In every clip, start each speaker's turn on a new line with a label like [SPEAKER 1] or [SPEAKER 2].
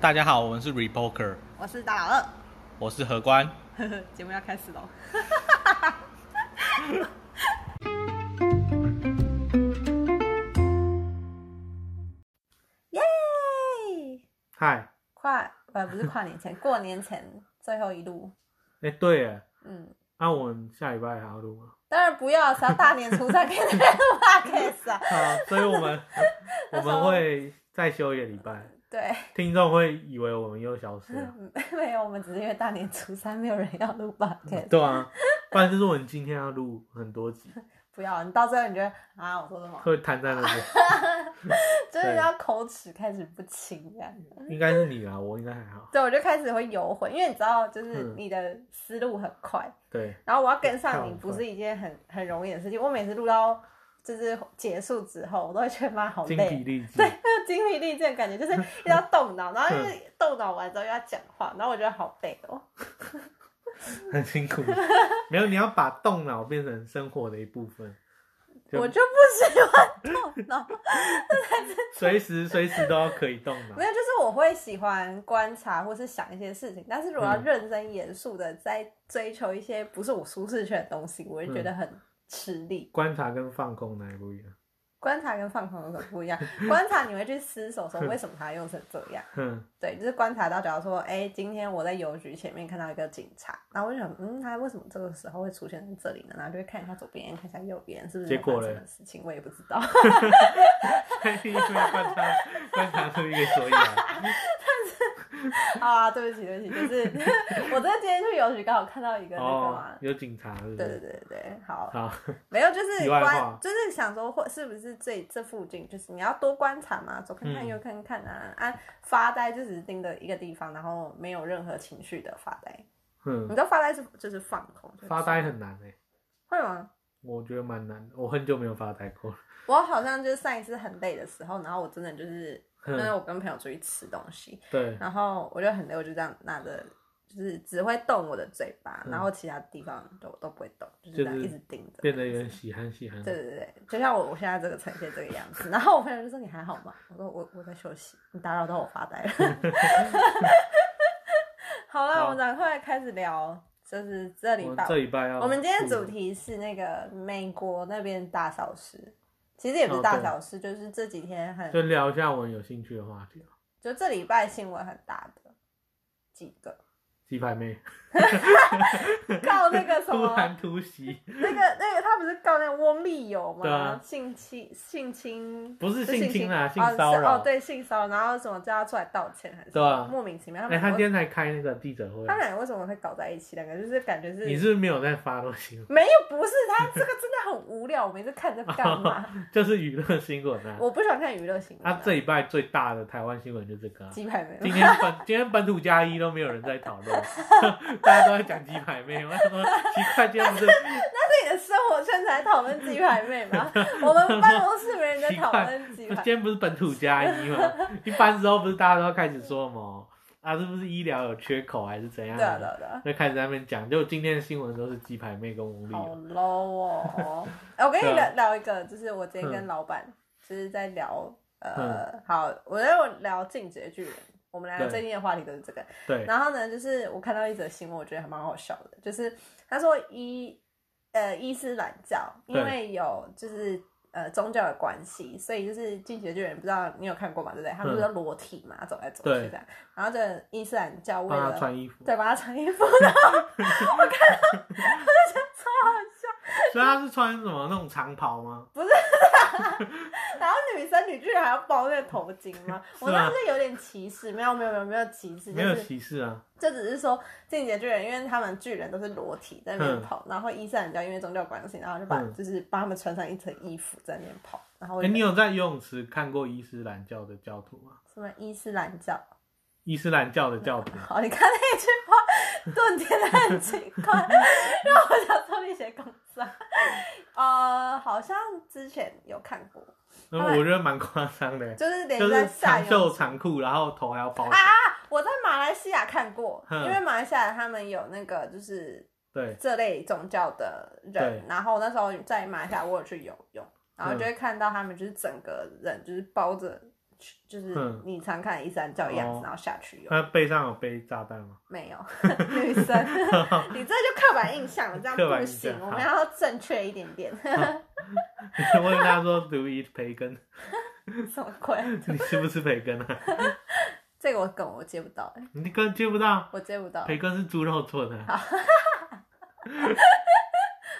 [SPEAKER 1] 大家好，我们是 Repoker，
[SPEAKER 2] 我是大老二
[SPEAKER 1] 我是何官。
[SPEAKER 2] 呵呵， 节目要开始喽。耶！
[SPEAKER 1] 嗨，
[SPEAKER 2] 跨呃不是跨年前，过年前最后一路，
[SPEAKER 3] 哎、对耶，
[SPEAKER 2] 嗯，
[SPEAKER 3] 那、我们下礼拜还要录吗？
[SPEAKER 2] 当然不要，是要大年初三给大家录 podcast 啊。
[SPEAKER 3] 啊，所以我们
[SPEAKER 2] 那
[SPEAKER 3] 我
[SPEAKER 2] 时候
[SPEAKER 3] 们会再休一个礼拜，
[SPEAKER 2] 对，
[SPEAKER 3] 听众会以为我们又消失了。
[SPEAKER 2] 没有，我们只是因为大年初三没有人要录 podcast，
[SPEAKER 3] 对啊，不然就是我们今天要录很多集，
[SPEAKER 2] 不要，你到最后你觉得啊，我说什么，
[SPEAKER 3] 会瘫在那边。
[SPEAKER 2] 就是
[SPEAKER 3] 对
[SPEAKER 2] 要口齿开始不清这样。
[SPEAKER 3] 应该是你啦，啊我应该还好。
[SPEAKER 2] 对，我就开始会游魂，因为你知道，就是
[SPEAKER 3] 嗯
[SPEAKER 2] 你的思路很快，
[SPEAKER 3] 对，
[SPEAKER 2] 然后我要跟上
[SPEAKER 3] 看
[SPEAKER 2] 你
[SPEAKER 3] 我
[SPEAKER 2] 不
[SPEAKER 3] 快
[SPEAKER 2] 是一件很很容易的事情。我每次录到就是结束之后，我都会觉得妈好
[SPEAKER 3] 精
[SPEAKER 2] 累
[SPEAKER 3] 疲，力尽
[SPEAKER 2] 对，，那精疲力尽的感觉，就是又要动脑，然后就是动脑完之后又要讲话，然后我觉得好累哦。
[SPEAKER 3] 很辛苦。没有，你要把动脑变成生活的一部分，就
[SPEAKER 2] 我就不喜欢动脑，
[SPEAKER 3] 随时随时都要可以动脑
[SPEAKER 2] 没。有，就是我会喜欢观察或是想一些事情，但是如果要认真严肃的在追求一些不是我舒适圈的东西，我就觉得很吃力。
[SPEAKER 3] 观察跟放空哪里不一样？
[SPEAKER 2] 观察跟放空有什么不一样？观察你会去思索说为什么他用成这样，
[SPEAKER 3] 哼，
[SPEAKER 2] 对，就是观察到，假如说，哎、今天我在邮局前面看到一个警察，然后我就想，嗯，他为什么这个时候会出现在这里呢？然后就会看一下左边，看一下右边，是不是
[SPEAKER 3] 结
[SPEAKER 2] 有发
[SPEAKER 3] 果
[SPEAKER 2] 生什
[SPEAKER 3] 嘞
[SPEAKER 2] 么事情？我也不知道，
[SPEAKER 3] 因为观察观察出一个所以 然。
[SPEAKER 2] 啊，对不起，对不起，就是 我真的今天去邮局刚好看到一个那个嘛
[SPEAKER 3] 哦，，有警察是不是？
[SPEAKER 2] 对对对对对，好，
[SPEAKER 3] 好，
[SPEAKER 2] 没有，就是
[SPEAKER 3] 题外话
[SPEAKER 2] 观，就是想说，或是不是这这附近，就是你要多观察嘛，左看看
[SPEAKER 3] 嗯
[SPEAKER 2] 右看看啊，啊，发呆就只是盯着一个地方，然后没有任何情绪的发呆。你
[SPEAKER 3] 嗯
[SPEAKER 2] 知，道发呆是就是放空，就是
[SPEAKER 3] 发呆很难哎、
[SPEAKER 2] 会吗？
[SPEAKER 3] 我觉得蛮难的，我很久没有发呆过了。
[SPEAKER 2] 我好像就是上一次很累的时候，然后我真的就是，因为
[SPEAKER 3] 哼，
[SPEAKER 2] 我跟朋友出去吃东西，
[SPEAKER 3] 对，
[SPEAKER 2] 然后我就很累，我就这样拿着。就是只会动我的嘴巴，
[SPEAKER 3] 嗯
[SPEAKER 2] 然后其他地方都都不会动，就是
[SPEAKER 3] 就
[SPEAKER 2] 这样
[SPEAKER 3] 是
[SPEAKER 2] 一直盯着，
[SPEAKER 3] 变得有点喜憨喜憨。
[SPEAKER 2] 对对对，就像我我现在这个呈现这个样子，然后我朋友就说你还好吗？我说我我在休息，你打扰到我发 呆了。 好了，
[SPEAKER 3] 好
[SPEAKER 2] 我们赶快开始聊，就是这礼
[SPEAKER 3] 我
[SPEAKER 2] 拜
[SPEAKER 3] 们。这礼拜要，
[SPEAKER 2] 我们今天的主，题是那个美国那边大小事，其实也不
[SPEAKER 3] 哦
[SPEAKER 2] 是大小事，就是这几天很
[SPEAKER 3] 就聊一下我们有兴趣的话题啊。
[SPEAKER 2] 就这礼拜新闻很大的几 个，
[SPEAKER 3] 鸡排妹
[SPEAKER 2] 告那个什
[SPEAKER 3] 突
[SPEAKER 2] 么
[SPEAKER 3] 然突 袭，
[SPEAKER 2] 那个那个他不是告那个翁立友吗？
[SPEAKER 3] 对啊
[SPEAKER 2] 性侵性侵
[SPEAKER 3] 不是性侵啦
[SPEAKER 2] 哦
[SPEAKER 3] 性骚扰
[SPEAKER 2] 是哦对性骚扰，然后什么叫他出来道歉还是什
[SPEAKER 3] 对
[SPEAKER 2] 么
[SPEAKER 3] 啊
[SPEAKER 2] 莫名其妙，他
[SPEAKER 3] 哎、
[SPEAKER 2] 们
[SPEAKER 3] 他
[SPEAKER 2] 两
[SPEAKER 3] 今
[SPEAKER 2] 个、
[SPEAKER 3] 天才开那个记者会啊
[SPEAKER 2] 他，们两个为什么会搞在一起？两个就是感觉是
[SPEAKER 3] 你是不是没有在发东西，
[SPEAKER 2] 没有不是他这个真的很无聊，我每次看这干嘛？
[SPEAKER 3] 就是娱乐新闻啊。
[SPEAKER 2] 我不喜欢看娱乐新闻
[SPEAKER 3] 他、
[SPEAKER 2] 啊、
[SPEAKER 3] 这礼拜最大的台湾新闻就这个、啊。
[SPEAKER 2] 鸡排妹
[SPEAKER 3] 今天本今天本土加一都没有人在讨论， 大家都在讲鸡排妹。我想说奇怪，今天不是
[SPEAKER 2] 自己的生活圈才讨论鸡排妹吗？我们办公室没人在
[SPEAKER 3] 奇
[SPEAKER 2] 讨
[SPEAKER 3] 怪
[SPEAKER 2] 论鸡
[SPEAKER 3] 今
[SPEAKER 2] 排。
[SPEAKER 3] 天不是本土加一吗？一般时候不是大家都开始说什么啊，是不是医疗有缺口还是怎样
[SPEAKER 2] 对啊对啊对啊，
[SPEAKER 3] 就开始在那边讲，就今天的新闻都是鸡排妹跟吴丽
[SPEAKER 2] 好
[SPEAKER 3] 友，
[SPEAKER 2] low 哦！哎我跟你
[SPEAKER 3] 对
[SPEAKER 2] 聊
[SPEAKER 3] 啊
[SPEAKER 2] 聊一个，就是我今天跟
[SPEAKER 3] 嗯
[SPEAKER 2] 老板就是在聊，呃，好，我在聊《进击的巨人》，我们俩
[SPEAKER 3] 对
[SPEAKER 2] 最近的话题都是这个。
[SPEAKER 3] 对，
[SPEAKER 2] 然后呢，就是我看到一则新闻，我觉得还蛮好笑的，就是他说伊呃伊斯兰教因
[SPEAKER 3] 对
[SPEAKER 2] 为有就是呃宗教的关系，所以就是《进击的巨人》，不知道你有看过吗？对不对？他们不是都裸体嘛，走来走去
[SPEAKER 3] 嗯对
[SPEAKER 2] 这样。然后这伊斯兰教为
[SPEAKER 3] 帮
[SPEAKER 2] 了
[SPEAKER 3] 他穿衣服，
[SPEAKER 2] 对，把他穿衣服，然后我看到，我就觉得超好笑。
[SPEAKER 3] 所以他是穿什么那种长袍吗？
[SPEAKER 2] 然后女生女巨人还要包那个头巾 吗？我
[SPEAKER 3] 是
[SPEAKER 2] 当
[SPEAKER 3] 啊
[SPEAKER 2] 时有点歧视，没有没有没有没有歧视，
[SPEAKER 3] 没
[SPEAKER 2] 就
[SPEAKER 3] 有
[SPEAKER 2] 是
[SPEAKER 3] 歧视啊，
[SPEAKER 2] 就只是说进阶巨人，因为他们巨人都是裸体在那边
[SPEAKER 3] 嗯
[SPEAKER 2] 跑，然后伊斯兰教因为宗教关系，然后就把、
[SPEAKER 3] 嗯
[SPEAKER 2] 就是帮他们穿上一层衣服在那边跑，然后我
[SPEAKER 3] 哎、
[SPEAKER 2] 就
[SPEAKER 3] 你有在游泳池看过伊斯兰教的教徒吗？
[SPEAKER 2] 什么伊斯兰教？
[SPEAKER 3] 伊斯兰教的教徒，
[SPEAKER 2] 好，你看那 句话顿点的很奇怪，让我想说你写公司啊。呃，好像之前有看过，
[SPEAKER 3] 那我觉得蛮夸张的，
[SPEAKER 2] 就是连
[SPEAKER 3] 就
[SPEAKER 2] 在哦啊
[SPEAKER 3] 是
[SPEAKER 2] 下
[SPEAKER 3] 长
[SPEAKER 2] 游
[SPEAKER 3] 袖长裤，然后头还要包起来，
[SPEAKER 2] 我在马来西亚看过，
[SPEAKER 3] 嗯
[SPEAKER 2] 因为马来西亚他们有那个就是
[SPEAKER 3] 对，
[SPEAKER 2] 这类宗教的人
[SPEAKER 3] 对，嗯
[SPEAKER 2] 然后那时候在马来西亚我有去游泳，然后就会看到他们就是整个人就是包着去，就是
[SPEAKER 3] 嗯
[SPEAKER 2] 你常看的伊斯兰教的样子，
[SPEAKER 3] 哦
[SPEAKER 2] 然后下去游。
[SPEAKER 3] 他背上有背炸弹吗？
[SPEAKER 2] 没有 女生，你这就刻板印象了，这样
[SPEAKER 3] 刻板
[SPEAKER 2] 不
[SPEAKER 3] 印
[SPEAKER 2] 行，
[SPEAKER 3] 象
[SPEAKER 2] 我们要正确一点 点。
[SPEAKER 3] 我问他说 Do you eat 培根？
[SPEAKER 2] 什么鬼？
[SPEAKER 3] 你吃不吃培根啊？
[SPEAKER 2] 这个我梗我接不到，欸
[SPEAKER 3] 你根本接不到，
[SPEAKER 2] 我接不到。
[SPEAKER 3] 培根是猪肉做的。啊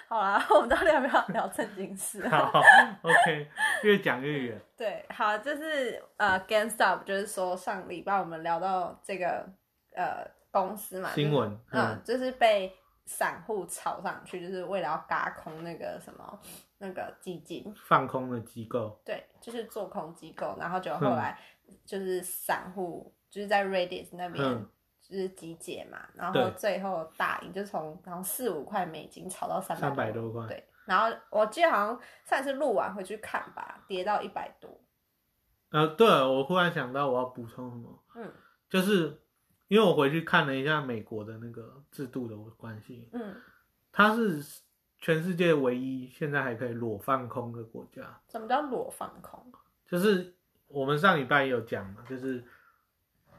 [SPEAKER 2] 好啦，我们到底要不要聊正经事？啊
[SPEAKER 3] 好，OK，越讲越远。
[SPEAKER 2] 对，好，就是呃，GameStop，就是说上礼拜我们聊到这个呃公司嘛，
[SPEAKER 3] 新闻
[SPEAKER 2] 就是嗯、就是被散户炒上去，就是为了要嘎空那个什么那个基金，
[SPEAKER 3] 放空的机构，
[SPEAKER 2] 对，就是做空机构，然后就后来就是散户就是在 Reddit 那边。
[SPEAKER 3] 嗯
[SPEAKER 2] 就是集结嘛，然后
[SPEAKER 3] 对
[SPEAKER 2] 最后大赢，就从然后四五块美金炒到三
[SPEAKER 3] 三
[SPEAKER 2] 百
[SPEAKER 3] 百多块，
[SPEAKER 2] 对，然后我记得好像上次录完回去看吧，跌到一百多，
[SPEAKER 3] 呃，对了，我忽然想到我要补充什么，
[SPEAKER 2] 嗯
[SPEAKER 3] 就是因为我回去看了一下美国的那个制度的关系，
[SPEAKER 2] 嗯，
[SPEAKER 3] 它是全世界唯一现在还可以裸放空的国家。
[SPEAKER 2] 什么叫裸放空？
[SPEAKER 3] 就是我们上礼拜也有讲嘛，就是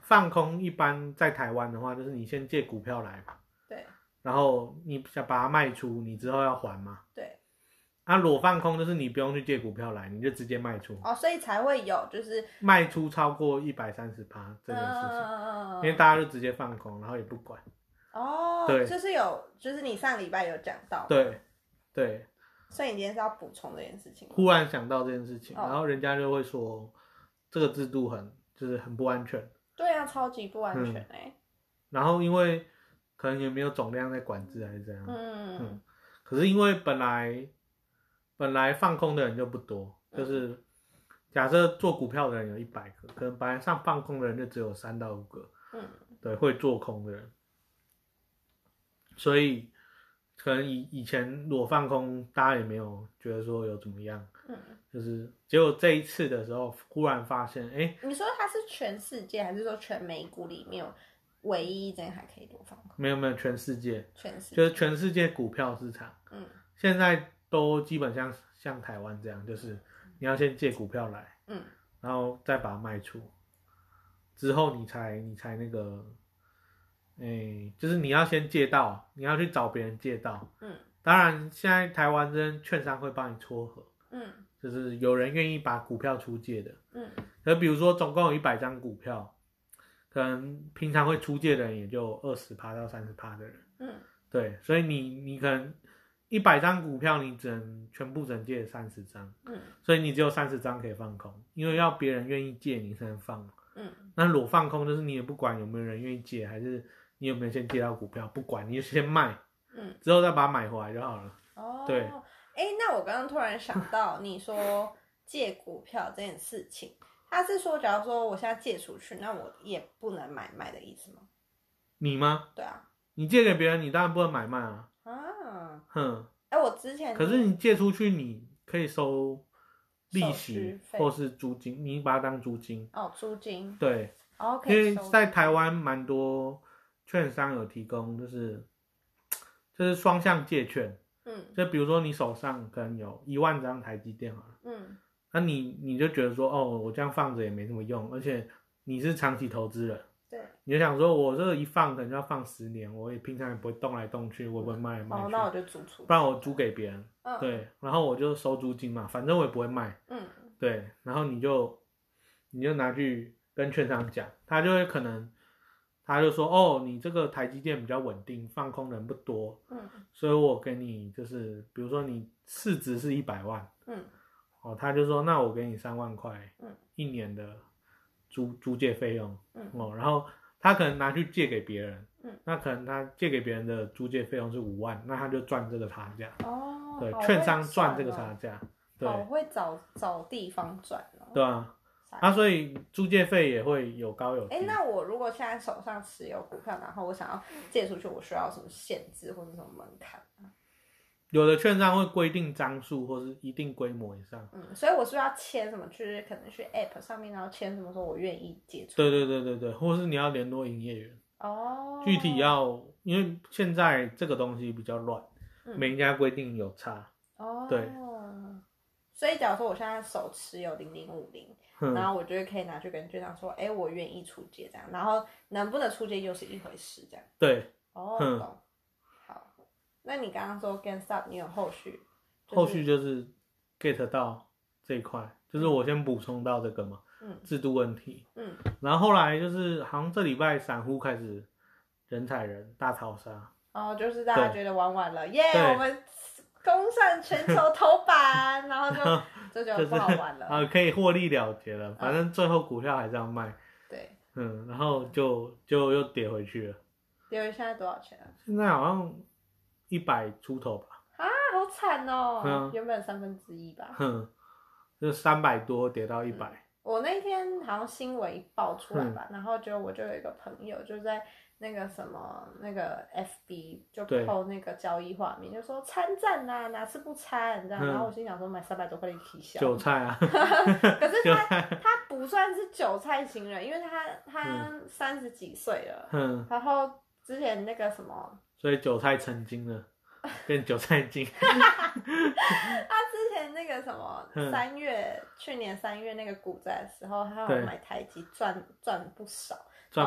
[SPEAKER 3] 放空一般在台湾的话，就是你先借股票来嘛，
[SPEAKER 2] 对
[SPEAKER 3] 然后你想把它卖出，你之后要还嘛。
[SPEAKER 2] 对
[SPEAKER 3] 啊，裸放空就是你不用去借股票来，你就直接卖出，
[SPEAKER 2] 哦，所以才会有就是
[SPEAKER 3] 卖出超过一百三十趴这件事情，
[SPEAKER 2] 嗯
[SPEAKER 3] 因为大家就直接放空，然后也不管。
[SPEAKER 2] 哦，
[SPEAKER 3] 对
[SPEAKER 2] 就是有就是你上礼拜有讲到，，
[SPEAKER 3] 对，对，
[SPEAKER 2] 所以你今天是要补充这件事情吗，
[SPEAKER 3] 忽然想到这件事情，
[SPEAKER 2] 哦
[SPEAKER 3] 然后人家就会说这个制度很就是很不安全，
[SPEAKER 2] 对啊，超级不安
[SPEAKER 3] 嗯
[SPEAKER 2] 全哎、
[SPEAKER 3] 然后因为可能也没有总量在管制还是怎样，
[SPEAKER 2] 嗯
[SPEAKER 3] 嗯，可是因为本来本来放空的人就不多，就是假设做股票的人有一百个，可能本来上放空的人就只有三到五个，
[SPEAKER 2] 嗯
[SPEAKER 3] 对，会做空的人，所以可能以以前裸放空，大家也没有觉得说有怎么样，
[SPEAKER 2] 嗯，
[SPEAKER 3] 就是结果这一次的时候，忽然发现，哎、
[SPEAKER 2] 你说它是全世界还是说全美股里面唯一一间还可以裸放空？
[SPEAKER 3] 没有没有，全世界
[SPEAKER 2] 全世
[SPEAKER 3] 就
[SPEAKER 2] 界，
[SPEAKER 3] 是全世界股票市场
[SPEAKER 2] 嗯
[SPEAKER 3] 现在都基本像像台湾这样，就是你要先借股票来。
[SPEAKER 2] 嗯，
[SPEAKER 3] 然后再把它卖出，之后你才你才那个，哎、就是你要先借到，你要去找别人借到。
[SPEAKER 2] 嗯，
[SPEAKER 3] 当然现在台湾这边券商会帮你撮合，
[SPEAKER 2] 嗯
[SPEAKER 3] 就是有人愿意把股票出借的。
[SPEAKER 2] 嗯
[SPEAKER 3] 可比如说总共有一百张股票，可能平常会出借的人也就二十趴到三十趴的人，
[SPEAKER 2] 嗯
[SPEAKER 3] 对，所以你你可能一百张股票你只能全部只能借三十张。
[SPEAKER 2] 嗯
[SPEAKER 3] 所以你只有三十张可以放空，因为要别人愿意借你才能放。
[SPEAKER 2] 嗯
[SPEAKER 3] 那裸放空就是你也不管有没有人愿意借，还是你有没有先借到股票，不管你就先卖，
[SPEAKER 2] 嗯，
[SPEAKER 3] 之后再把它买回来就好了。
[SPEAKER 2] 哦，
[SPEAKER 3] 对
[SPEAKER 2] 哎、那我刚刚突然想到，你说借股票这件事情，他是说，假如说我现在借出去，那我也不能买卖的意思吗？
[SPEAKER 3] 你吗？
[SPEAKER 2] 对啊，
[SPEAKER 3] 你借给别人，你当然不能买卖啊，
[SPEAKER 2] 啊，
[SPEAKER 3] 哼。
[SPEAKER 2] 哎、我之前
[SPEAKER 3] 可是你借出去，你可以收利
[SPEAKER 2] 手续
[SPEAKER 3] 息
[SPEAKER 2] 费
[SPEAKER 3] 或是租金，你把它当租金。
[SPEAKER 2] 哦，租金
[SPEAKER 3] 对，
[SPEAKER 2] 哦，可
[SPEAKER 3] 因为
[SPEAKER 2] 以收
[SPEAKER 3] 在台湾蛮多券商有提供，就是就是双向借券，
[SPEAKER 2] 嗯
[SPEAKER 3] 就比如说你手上可能有一万张台积电好了。
[SPEAKER 2] 嗯
[SPEAKER 3] 那、你你就觉得说，哦，我这样放着也没什么用，而且你是长期投资人，
[SPEAKER 2] 对，
[SPEAKER 3] 你就想说，我这个一放可能就要放十年，我也平常也不会动来动去，我也不会卖来卖
[SPEAKER 2] 哦，
[SPEAKER 3] 去，
[SPEAKER 2] 那我就租出
[SPEAKER 3] 不，然我租给别人，
[SPEAKER 2] 嗯，
[SPEAKER 3] 对，然后我就收租金嘛，反正我也不会卖，
[SPEAKER 2] 嗯
[SPEAKER 3] 对，然后你就你就拿去跟券商讲，他就会可能他就说，哦，你这个台积电比较稳定，放空人不多，
[SPEAKER 2] 嗯
[SPEAKER 3] 所以我给你就是，比如说你市值是一百万。
[SPEAKER 2] 嗯
[SPEAKER 3] 哦，他就说那我给你三万块，
[SPEAKER 2] 嗯
[SPEAKER 3] 一年的租租借费用
[SPEAKER 2] 嗯
[SPEAKER 3] 哦，然后他可能拿去借给别人，
[SPEAKER 2] 嗯
[SPEAKER 3] 那可能他借给别人的租借费用是五万，那他就赚这个差价，
[SPEAKER 2] 哦，
[SPEAKER 3] 对
[SPEAKER 2] 好，
[SPEAKER 3] 券
[SPEAKER 2] 会
[SPEAKER 3] 商赚这个
[SPEAKER 2] 哦
[SPEAKER 3] 差价，对
[SPEAKER 2] 好会找找地方赚哦，
[SPEAKER 3] 对啊，
[SPEAKER 2] 傻
[SPEAKER 3] 啊，所以租借费也会有高有低
[SPEAKER 2] 哎、，那我如果现在手上持有股票，然后我想要借出去，我需要什么限制或者什么门槛吗？
[SPEAKER 3] 有的券商会规定张数或是一定规模以上，
[SPEAKER 2] 嗯，所以我是不是要签什么？就是可能去 App 上面，然后签什么说我愿意借出。
[SPEAKER 3] 对对对对对，或是你要联络营业员，
[SPEAKER 2] 哦，
[SPEAKER 3] 具体啊要因为现在这个东西比较乱，
[SPEAKER 2] 嗯
[SPEAKER 3] 每一家规定有差，
[SPEAKER 2] 哦
[SPEAKER 3] 对。
[SPEAKER 2] 所以，假如说我现在手持有零零五零，
[SPEAKER 3] 嗯
[SPEAKER 2] 然后我就可以拿去跟券商说，哎、我愿意出借这样，然后能不能出借又是一回事这样。
[SPEAKER 3] 对，
[SPEAKER 2] 哦，
[SPEAKER 3] 嗯
[SPEAKER 2] 懂。好，那你刚刚说 GameStop 你有后续？就是
[SPEAKER 3] 后续就是 get 到这一块，就是我先补充到这个嘛，
[SPEAKER 2] 嗯
[SPEAKER 3] 制度问题。
[SPEAKER 2] 嗯
[SPEAKER 3] 然后后来就是好像这礼拜散户开始人踩人大逃 杀，
[SPEAKER 2] 然后哦就是大家
[SPEAKER 3] 对
[SPEAKER 2] 觉得玩完了，耶
[SPEAKER 3] 对
[SPEAKER 2] 我们攻上全球头 版，然后就就觉
[SPEAKER 3] 就
[SPEAKER 2] 得
[SPEAKER 3] 是
[SPEAKER 2] 不好玩了。嗯
[SPEAKER 3] 啊可以获利了结了，反正最后股票还是要卖，
[SPEAKER 2] 对，
[SPEAKER 3] 嗯，然后就就又跌回去了，
[SPEAKER 2] 因为现在多少钱啊？
[SPEAKER 3] 现在好像一百出头吧，
[SPEAKER 2] 啊，好惨哦、
[SPEAKER 3] 嗯
[SPEAKER 2] 原本三分之一吧。
[SPEAKER 3] 哼，就三百多跌到一百、
[SPEAKER 2] 我那天好像新闻一爆出来
[SPEAKER 3] 嗯
[SPEAKER 2] 吧，然后就我就有一个朋友就在那个什么那个 FB 就
[SPEAKER 3] 对
[SPEAKER 2] PO 那个交易画面，就说参战呐、哪次不参啊这样，
[SPEAKER 3] 嗯
[SPEAKER 2] 然后我心想说买三百多块的起 笑，
[SPEAKER 3] 韭菜 啊，
[SPEAKER 2] 可是
[SPEAKER 3] 韭
[SPEAKER 2] 他
[SPEAKER 3] 菜，
[SPEAKER 2] 他不算是韭菜型人，因为他他三十几岁了，
[SPEAKER 3] 嗯，
[SPEAKER 2] 然后之前那个什么，
[SPEAKER 3] 所以韭菜成精了，变韭菜精，
[SPEAKER 2] 他啊之前那个什么
[SPEAKER 3] 嗯
[SPEAKER 2] 三月去年三月那个股灾的时候，他
[SPEAKER 3] 对
[SPEAKER 2] 有买台积赚赚不少。然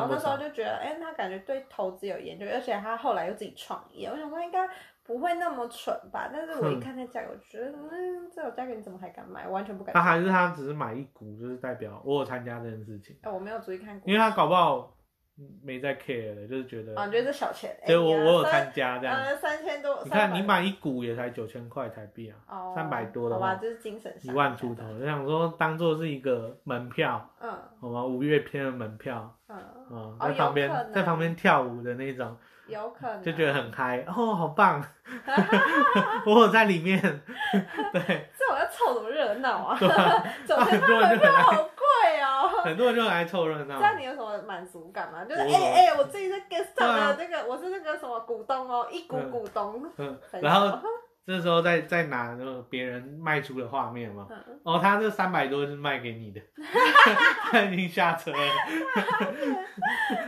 [SPEAKER 3] 赚
[SPEAKER 2] 后
[SPEAKER 3] 不
[SPEAKER 2] 那时候
[SPEAKER 3] 少，
[SPEAKER 2] 就觉得，哎、他感觉对投资有研究，而且他后来又自己创业，我想说应该不会那么蠢吧。但是我一
[SPEAKER 3] 嗯
[SPEAKER 2] 看那价格，我觉得，嗯，这种价格你怎么还敢买？完全不敢
[SPEAKER 3] 他
[SPEAKER 2] 买。
[SPEAKER 3] 还是他只是买一股，就是代表我有参加这件事情，
[SPEAKER 2] 哎、我没有注意看股，
[SPEAKER 3] 因为他搞不好没在 care 了，就是觉得，
[SPEAKER 2] 啊，你觉得这小钱？哎
[SPEAKER 3] 所以我
[SPEAKER 2] 你啊
[SPEAKER 3] 我有
[SPEAKER 2] 三
[SPEAKER 3] 参加这样，
[SPEAKER 2] 呃，三千多，
[SPEAKER 3] 你
[SPEAKER 2] 300
[SPEAKER 3] 看你买一股也才九千块台币啊，
[SPEAKER 2] 哦，
[SPEAKER 3] 三百多的
[SPEAKER 2] 好吧，
[SPEAKER 3] 话，
[SPEAKER 2] 这是精神
[SPEAKER 3] 一
[SPEAKER 2] 上
[SPEAKER 3] 万出头，，就想说当做是一个门票，
[SPEAKER 2] 嗯
[SPEAKER 3] 好吗？五月天的门票
[SPEAKER 2] 嗯，
[SPEAKER 3] 啊，
[SPEAKER 2] 哦
[SPEAKER 3] 在旁边
[SPEAKER 2] 有可能
[SPEAKER 3] 在旁边跳舞的那种，
[SPEAKER 2] 有可能
[SPEAKER 3] 就觉得很嗨，哦，好棒， 我有在里面， 对，
[SPEAKER 2] 这我要凑什么热闹 啊？
[SPEAKER 3] 对啊
[SPEAKER 2] 九千
[SPEAKER 3] 很多
[SPEAKER 2] 块
[SPEAKER 3] 人
[SPEAKER 2] 门
[SPEAKER 3] 就很
[SPEAKER 2] 票
[SPEAKER 3] 爱
[SPEAKER 2] 好贵哦。
[SPEAKER 3] 很多人就很爱凑热闹
[SPEAKER 2] 这，样你有什么满足感吗？就是哎
[SPEAKER 3] 啊我
[SPEAKER 2] 哎、我自己是 guest
[SPEAKER 3] 对啊
[SPEAKER 2] up 的那个，我是那个什么股东哦，一股
[SPEAKER 3] 嗯
[SPEAKER 2] 股东。
[SPEAKER 3] 嗯，
[SPEAKER 2] 很
[SPEAKER 3] 然后
[SPEAKER 2] 爽
[SPEAKER 3] 这时候再再拿那个别人卖出的画面嘛，
[SPEAKER 2] 嗯
[SPEAKER 3] 哦，他这三百多是卖给 你的，他已经下车了，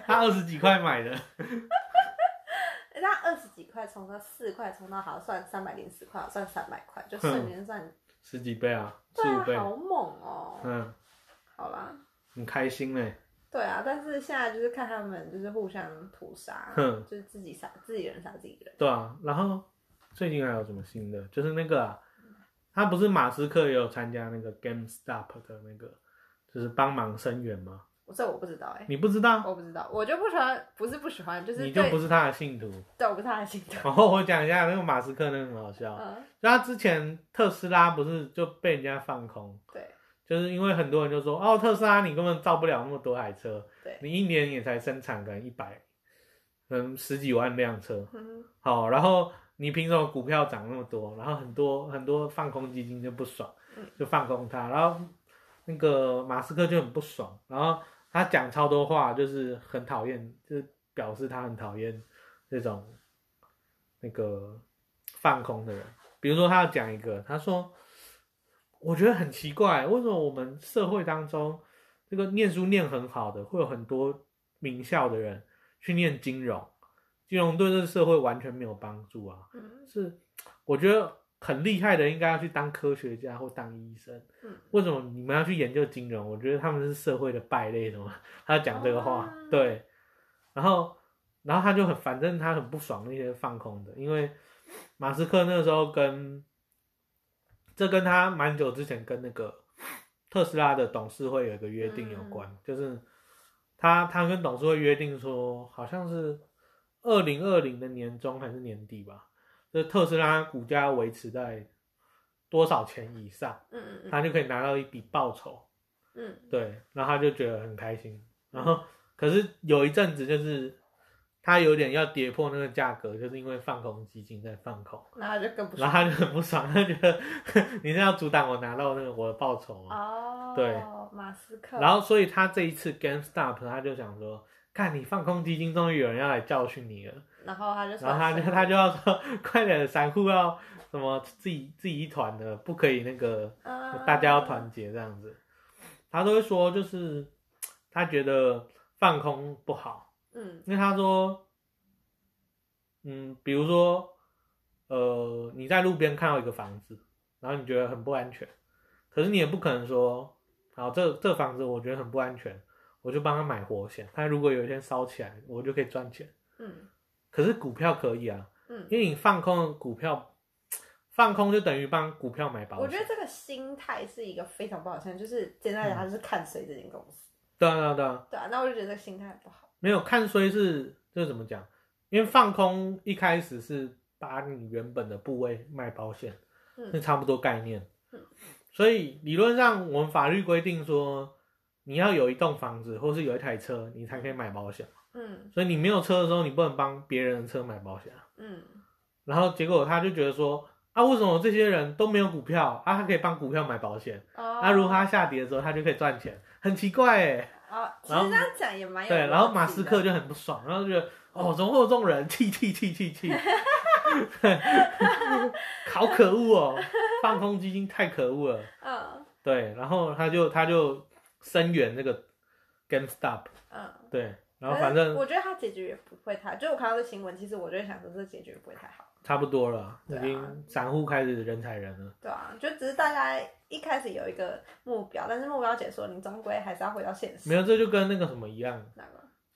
[SPEAKER 3] 他二十几块买的，
[SPEAKER 2] 哎他二十几块冲到四块，冲到好像算三百零四块，好像算三百块，就瞬间算，
[SPEAKER 3] 十几倍啊，
[SPEAKER 2] 对
[SPEAKER 3] 四五
[SPEAKER 2] 啊，
[SPEAKER 3] 倍，
[SPEAKER 2] 好猛哦、
[SPEAKER 3] 嗯，
[SPEAKER 2] 好啦，
[SPEAKER 3] 很开心欸嘞，
[SPEAKER 2] 对啊，但是现在就是看他们就是互相屠杀，
[SPEAKER 3] 哼
[SPEAKER 2] 就是自己杀自己人杀自己人。
[SPEAKER 3] 对啊，然后最近还有什么新的？就是那个、啊，他不是马斯克也有参加那个 GameStop 的那个，就是帮忙声援吗？
[SPEAKER 2] 我这我不知道哎、
[SPEAKER 3] 你不知道，
[SPEAKER 2] 我不知道，我就不喜欢，不是不喜欢，就是
[SPEAKER 3] 你就
[SPEAKER 2] 对
[SPEAKER 3] 不是他的信徒。
[SPEAKER 2] 对我不是他的心头。
[SPEAKER 3] 然后我讲一下那个马斯克那个很好笑，
[SPEAKER 2] 嗯，
[SPEAKER 3] 就他之前特斯拉不是就被人家放空，
[SPEAKER 2] 对
[SPEAKER 3] 就是因为很多人就说哦特斯拉你根本造不了那么多台车，
[SPEAKER 2] 对，
[SPEAKER 3] 你一年也才生产可能一百，嗯十几万辆车，
[SPEAKER 2] 嗯
[SPEAKER 3] 好，然后你凭什么股票涨那么多？然后很多很多放空基金就不爽
[SPEAKER 2] 嗯，
[SPEAKER 3] 就放空它。然后那个马斯克就很不爽，然后他讲超多话，就是很讨厌，就是表示他很讨厌这种那个放空的人。比如说，他要讲一个，他说：“我觉得很奇怪，为什么我们社会当中，这个念书念很好的，会有很多名校的人去念金融，金融对这个社会完全没有帮助啊。”
[SPEAKER 2] 嗯
[SPEAKER 3] 是我觉得很厉害的，应该要去当科学家或当医生。
[SPEAKER 2] 嗯
[SPEAKER 3] 为什么你们要去研究金融？我觉得他们是社会的败类的嘛。他讲这个话，
[SPEAKER 2] 啊
[SPEAKER 3] 对，然后然后他就很，反正他很不爽那些放空的，因为马斯克那时候跟这跟他蛮久之前跟那个特斯拉的董事会有一个约定有关，
[SPEAKER 2] 嗯
[SPEAKER 3] 就是他他跟董事会约定说，好像是二零二零的年中还是年底吧，就是特斯拉股价维持在多少钱以上，
[SPEAKER 2] 嗯嗯
[SPEAKER 3] 他就可以拿到一笔报酬。
[SPEAKER 2] 嗯
[SPEAKER 3] 对，然后他就觉得很开心。然后可是有一阵子就是他有点要跌破那个价格，就是因为放空基金在放空，
[SPEAKER 2] 嗯，然后就更不
[SPEAKER 3] 然后
[SPEAKER 2] 爽
[SPEAKER 3] 他就很不爽，他觉得你是要阻挡我拿到那个我的报酬吗？
[SPEAKER 2] 哦，
[SPEAKER 3] 对，
[SPEAKER 2] 马斯克，
[SPEAKER 3] 然后所以他这一次 GameStop 他就想说，看你放空基金，终于有人要来教训你了。
[SPEAKER 2] 然后他就
[SPEAKER 3] 然后他就他就要说，快点，散户要什么自己自己一团的，不可以那个
[SPEAKER 2] 他
[SPEAKER 3] 大家要团结这样子。他都会说，就是他觉得放空不好，
[SPEAKER 2] 嗯
[SPEAKER 3] 因为他说，嗯，比如说，呃，你在路边看到一个房子，然后你觉得很不安全，可是你也不可能说然后这这房子我觉得很不安全，我就帮他买活险，他如果有一天烧起来，我就可以赚钱。
[SPEAKER 2] 嗯
[SPEAKER 3] 可是股票可以啊，
[SPEAKER 2] 嗯，
[SPEAKER 3] 因为你放空股票，放空就等于帮股票买保
[SPEAKER 2] 我
[SPEAKER 3] 险。
[SPEAKER 2] 觉得这个心态是一个非常不好的，就是简单来讲，他就是看谁这间公司。
[SPEAKER 3] 对啊对啊对啊，
[SPEAKER 2] 对啊，那我就觉得这个心态不好。
[SPEAKER 3] 没有看衰是这怎么讲？因为放空一开始是把你原本的部位卖保险，是
[SPEAKER 2] 嗯
[SPEAKER 3] 差不多概念
[SPEAKER 2] 嗯。
[SPEAKER 3] 所以理论上，我们法律规定说，你要有一栋房子或是有一台车，你才可以买保险。
[SPEAKER 2] 嗯
[SPEAKER 3] 所以你没有车的时候，你不能帮别人的车买保险啊。
[SPEAKER 2] 嗯
[SPEAKER 3] 然后结果他就觉得说，啊，为什么这些人都没有股票啊？他可以帮股票买保险，
[SPEAKER 2] 哦，
[SPEAKER 3] 啊，如果他下跌的时候，他就可以赚钱，很奇怪哎。
[SPEAKER 2] 哦，其
[SPEAKER 3] 然后
[SPEAKER 2] 实这样讲也哎蛮有
[SPEAKER 3] 对，然后
[SPEAKER 2] 逻辑
[SPEAKER 3] 马斯克
[SPEAKER 2] 的
[SPEAKER 3] 就很不爽，然后就觉得，哦，怎么会有这种人？气气气气 气， 好可恶哦！放空基金太可恶了。
[SPEAKER 2] 嗯
[SPEAKER 3] 对，然后他就他就声援那个 GameStop，
[SPEAKER 2] 嗯，
[SPEAKER 3] 对，然后
[SPEAKER 2] 可是
[SPEAKER 3] 反正
[SPEAKER 2] 我觉得他结局也不会太，就我看到这新闻，其实我就会想说这结局不会太好，
[SPEAKER 3] 差不多了，已
[SPEAKER 2] 对啊
[SPEAKER 3] 经散户开始人踩人了。
[SPEAKER 2] 对啊，就只是大家一开始有一个目标，但是目标解说你终归还是要回到现实。
[SPEAKER 3] 没有，这就跟那个什么一样，
[SPEAKER 2] 那个，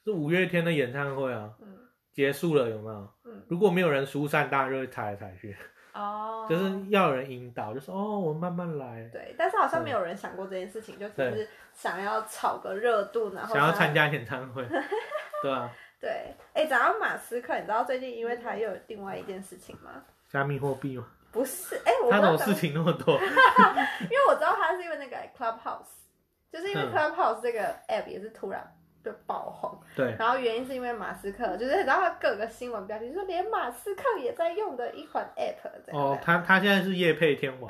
[SPEAKER 3] 是五月天的演唱会啊，
[SPEAKER 2] 嗯
[SPEAKER 3] 结束了有没有？
[SPEAKER 2] 嗯
[SPEAKER 3] 如果没有人疏散，大家就会踩来踩去，
[SPEAKER 2] 哦，
[SPEAKER 3] 就是要有人引导，就说哦，我慢慢来，
[SPEAKER 2] 对，但是好像没有人想过这件事情，就只是想要炒个热度，然后
[SPEAKER 3] 想要参
[SPEAKER 2] 加
[SPEAKER 3] 加演唱会， 对啊，
[SPEAKER 2] 对，哎，讲到马斯克，你知道最近因为他又有另外一件事情吗？
[SPEAKER 3] 加密货币嘛，
[SPEAKER 2] 不是，哎，我不
[SPEAKER 3] 他怎
[SPEAKER 2] 知道
[SPEAKER 3] 么
[SPEAKER 2] 讲
[SPEAKER 3] 事情那么多？
[SPEAKER 2] 因为我知道他是因为那个 Clubhouse，就是因为
[SPEAKER 3] 嗯
[SPEAKER 2] Clubhouse 这个 app 也是突然就爆红，
[SPEAKER 3] 对，
[SPEAKER 2] 然后原因是因为马斯克，就是然后各个新闻标题就说连马斯克也在用的一款 app 这样。
[SPEAKER 3] 哦，他他现在是夜配天王，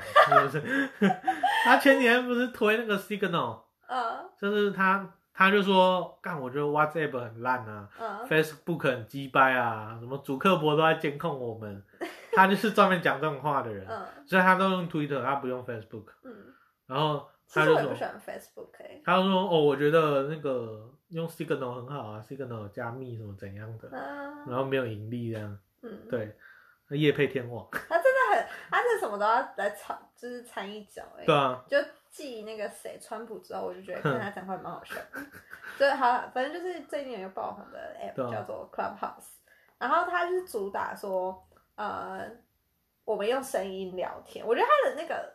[SPEAKER 3] 是不是？ 他前几天不是推那个 Signal。
[SPEAKER 2] 嗯
[SPEAKER 3] 就是他他就说，干，我觉得 WhatsApp 很烂啊
[SPEAKER 2] 嗯，
[SPEAKER 3] ，Facebook 很鸡掰啊，什么主客博都在监控我们， 他就是专门讲这种话的人，
[SPEAKER 2] 嗯
[SPEAKER 3] 所以他都用 Twitter，他不用 Facebook。
[SPEAKER 2] 嗯，
[SPEAKER 3] 然后
[SPEAKER 2] 其
[SPEAKER 3] 他
[SPEAKER 2] 实
[SPEAKER 3] 就
[SPEAKER 2] 我也不喜
[SPEAKER 3] 说，
[SPEAKER 2] 欢 Facebook 哎、
[SPEAKER 3] 他就说，哦，我觉得那个用 Signal 很好啊，Signal 加密什么怎样的，
[SPEAKER 2] 嗯
[SPEAKER 3] 然后没有盈利这样，
[SPEAKER 2] 嗯，
[SPEAKER 3] 对，那业配天王，
[SPEAKER 2] 他真的很，他是什么都要来掺，就是掺一脚哎、
[SPEAKER 3] 对啊，
[SPEAKER 2] 就继那个谁川普之后，我 就觉得
[SPEAKER 3] 哼
[SPEAKER 2] 看他讲话蛮好笑的。 对，好啦，反正就是最近有一个爆红的
[SPEAKER 3] 对
[SPEAKER 2] app
[SPEAKER 3] 啊
[SPEAKER 2] 叫做 Clubhouse，然后它就是主打说，呃，我们用声音聊天。我觉得它的那个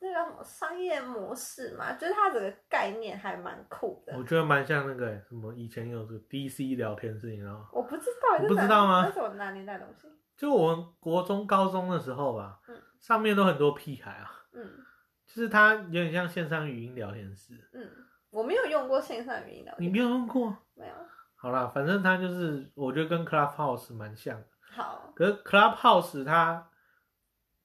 [SPEAKER 2] 那叫什么商业模式嘛，就是它整个概念还蛮酷的
[SPEAKER 3] 我。觉得蛮像那个欸什么以前有个 DC 聊天事情，然后
[SPEAKER 2] 我不知道，
[SPEAKER 3] 你
[SPEAKER 2] 这
[SPEAKER 3] 不
[SPEAKER 2] 哪
[SPEAKER 3] 知道啊吗
[SPEAKER 2] 那是我哪年代的东西？
[SPEAKER 3] 就我们国中高中的时候吧，
[SPEAKER 2] 嗯
[SPEAKER 3] 上面都很多屁孩啊。
[SPEAKER 2] 嗯
[SPEAKER 3] 就是它有点像线上语音聊天室，
[SPEAKER 2] 嗯，我没有用过线上语音聊
[SPEAKER 3] 你
[SPEAKER 2] 天，
[SPEAKER 3] 没有用过？啊
[SPEAKER 2] 没有。
[SPEAKER 3] 好啦，反正它就是，我觉得跟 Clubhouse 蛮像的。
[SPEAKER 2] 好，
[SPEAKER 3] 可是 Clubhouse 它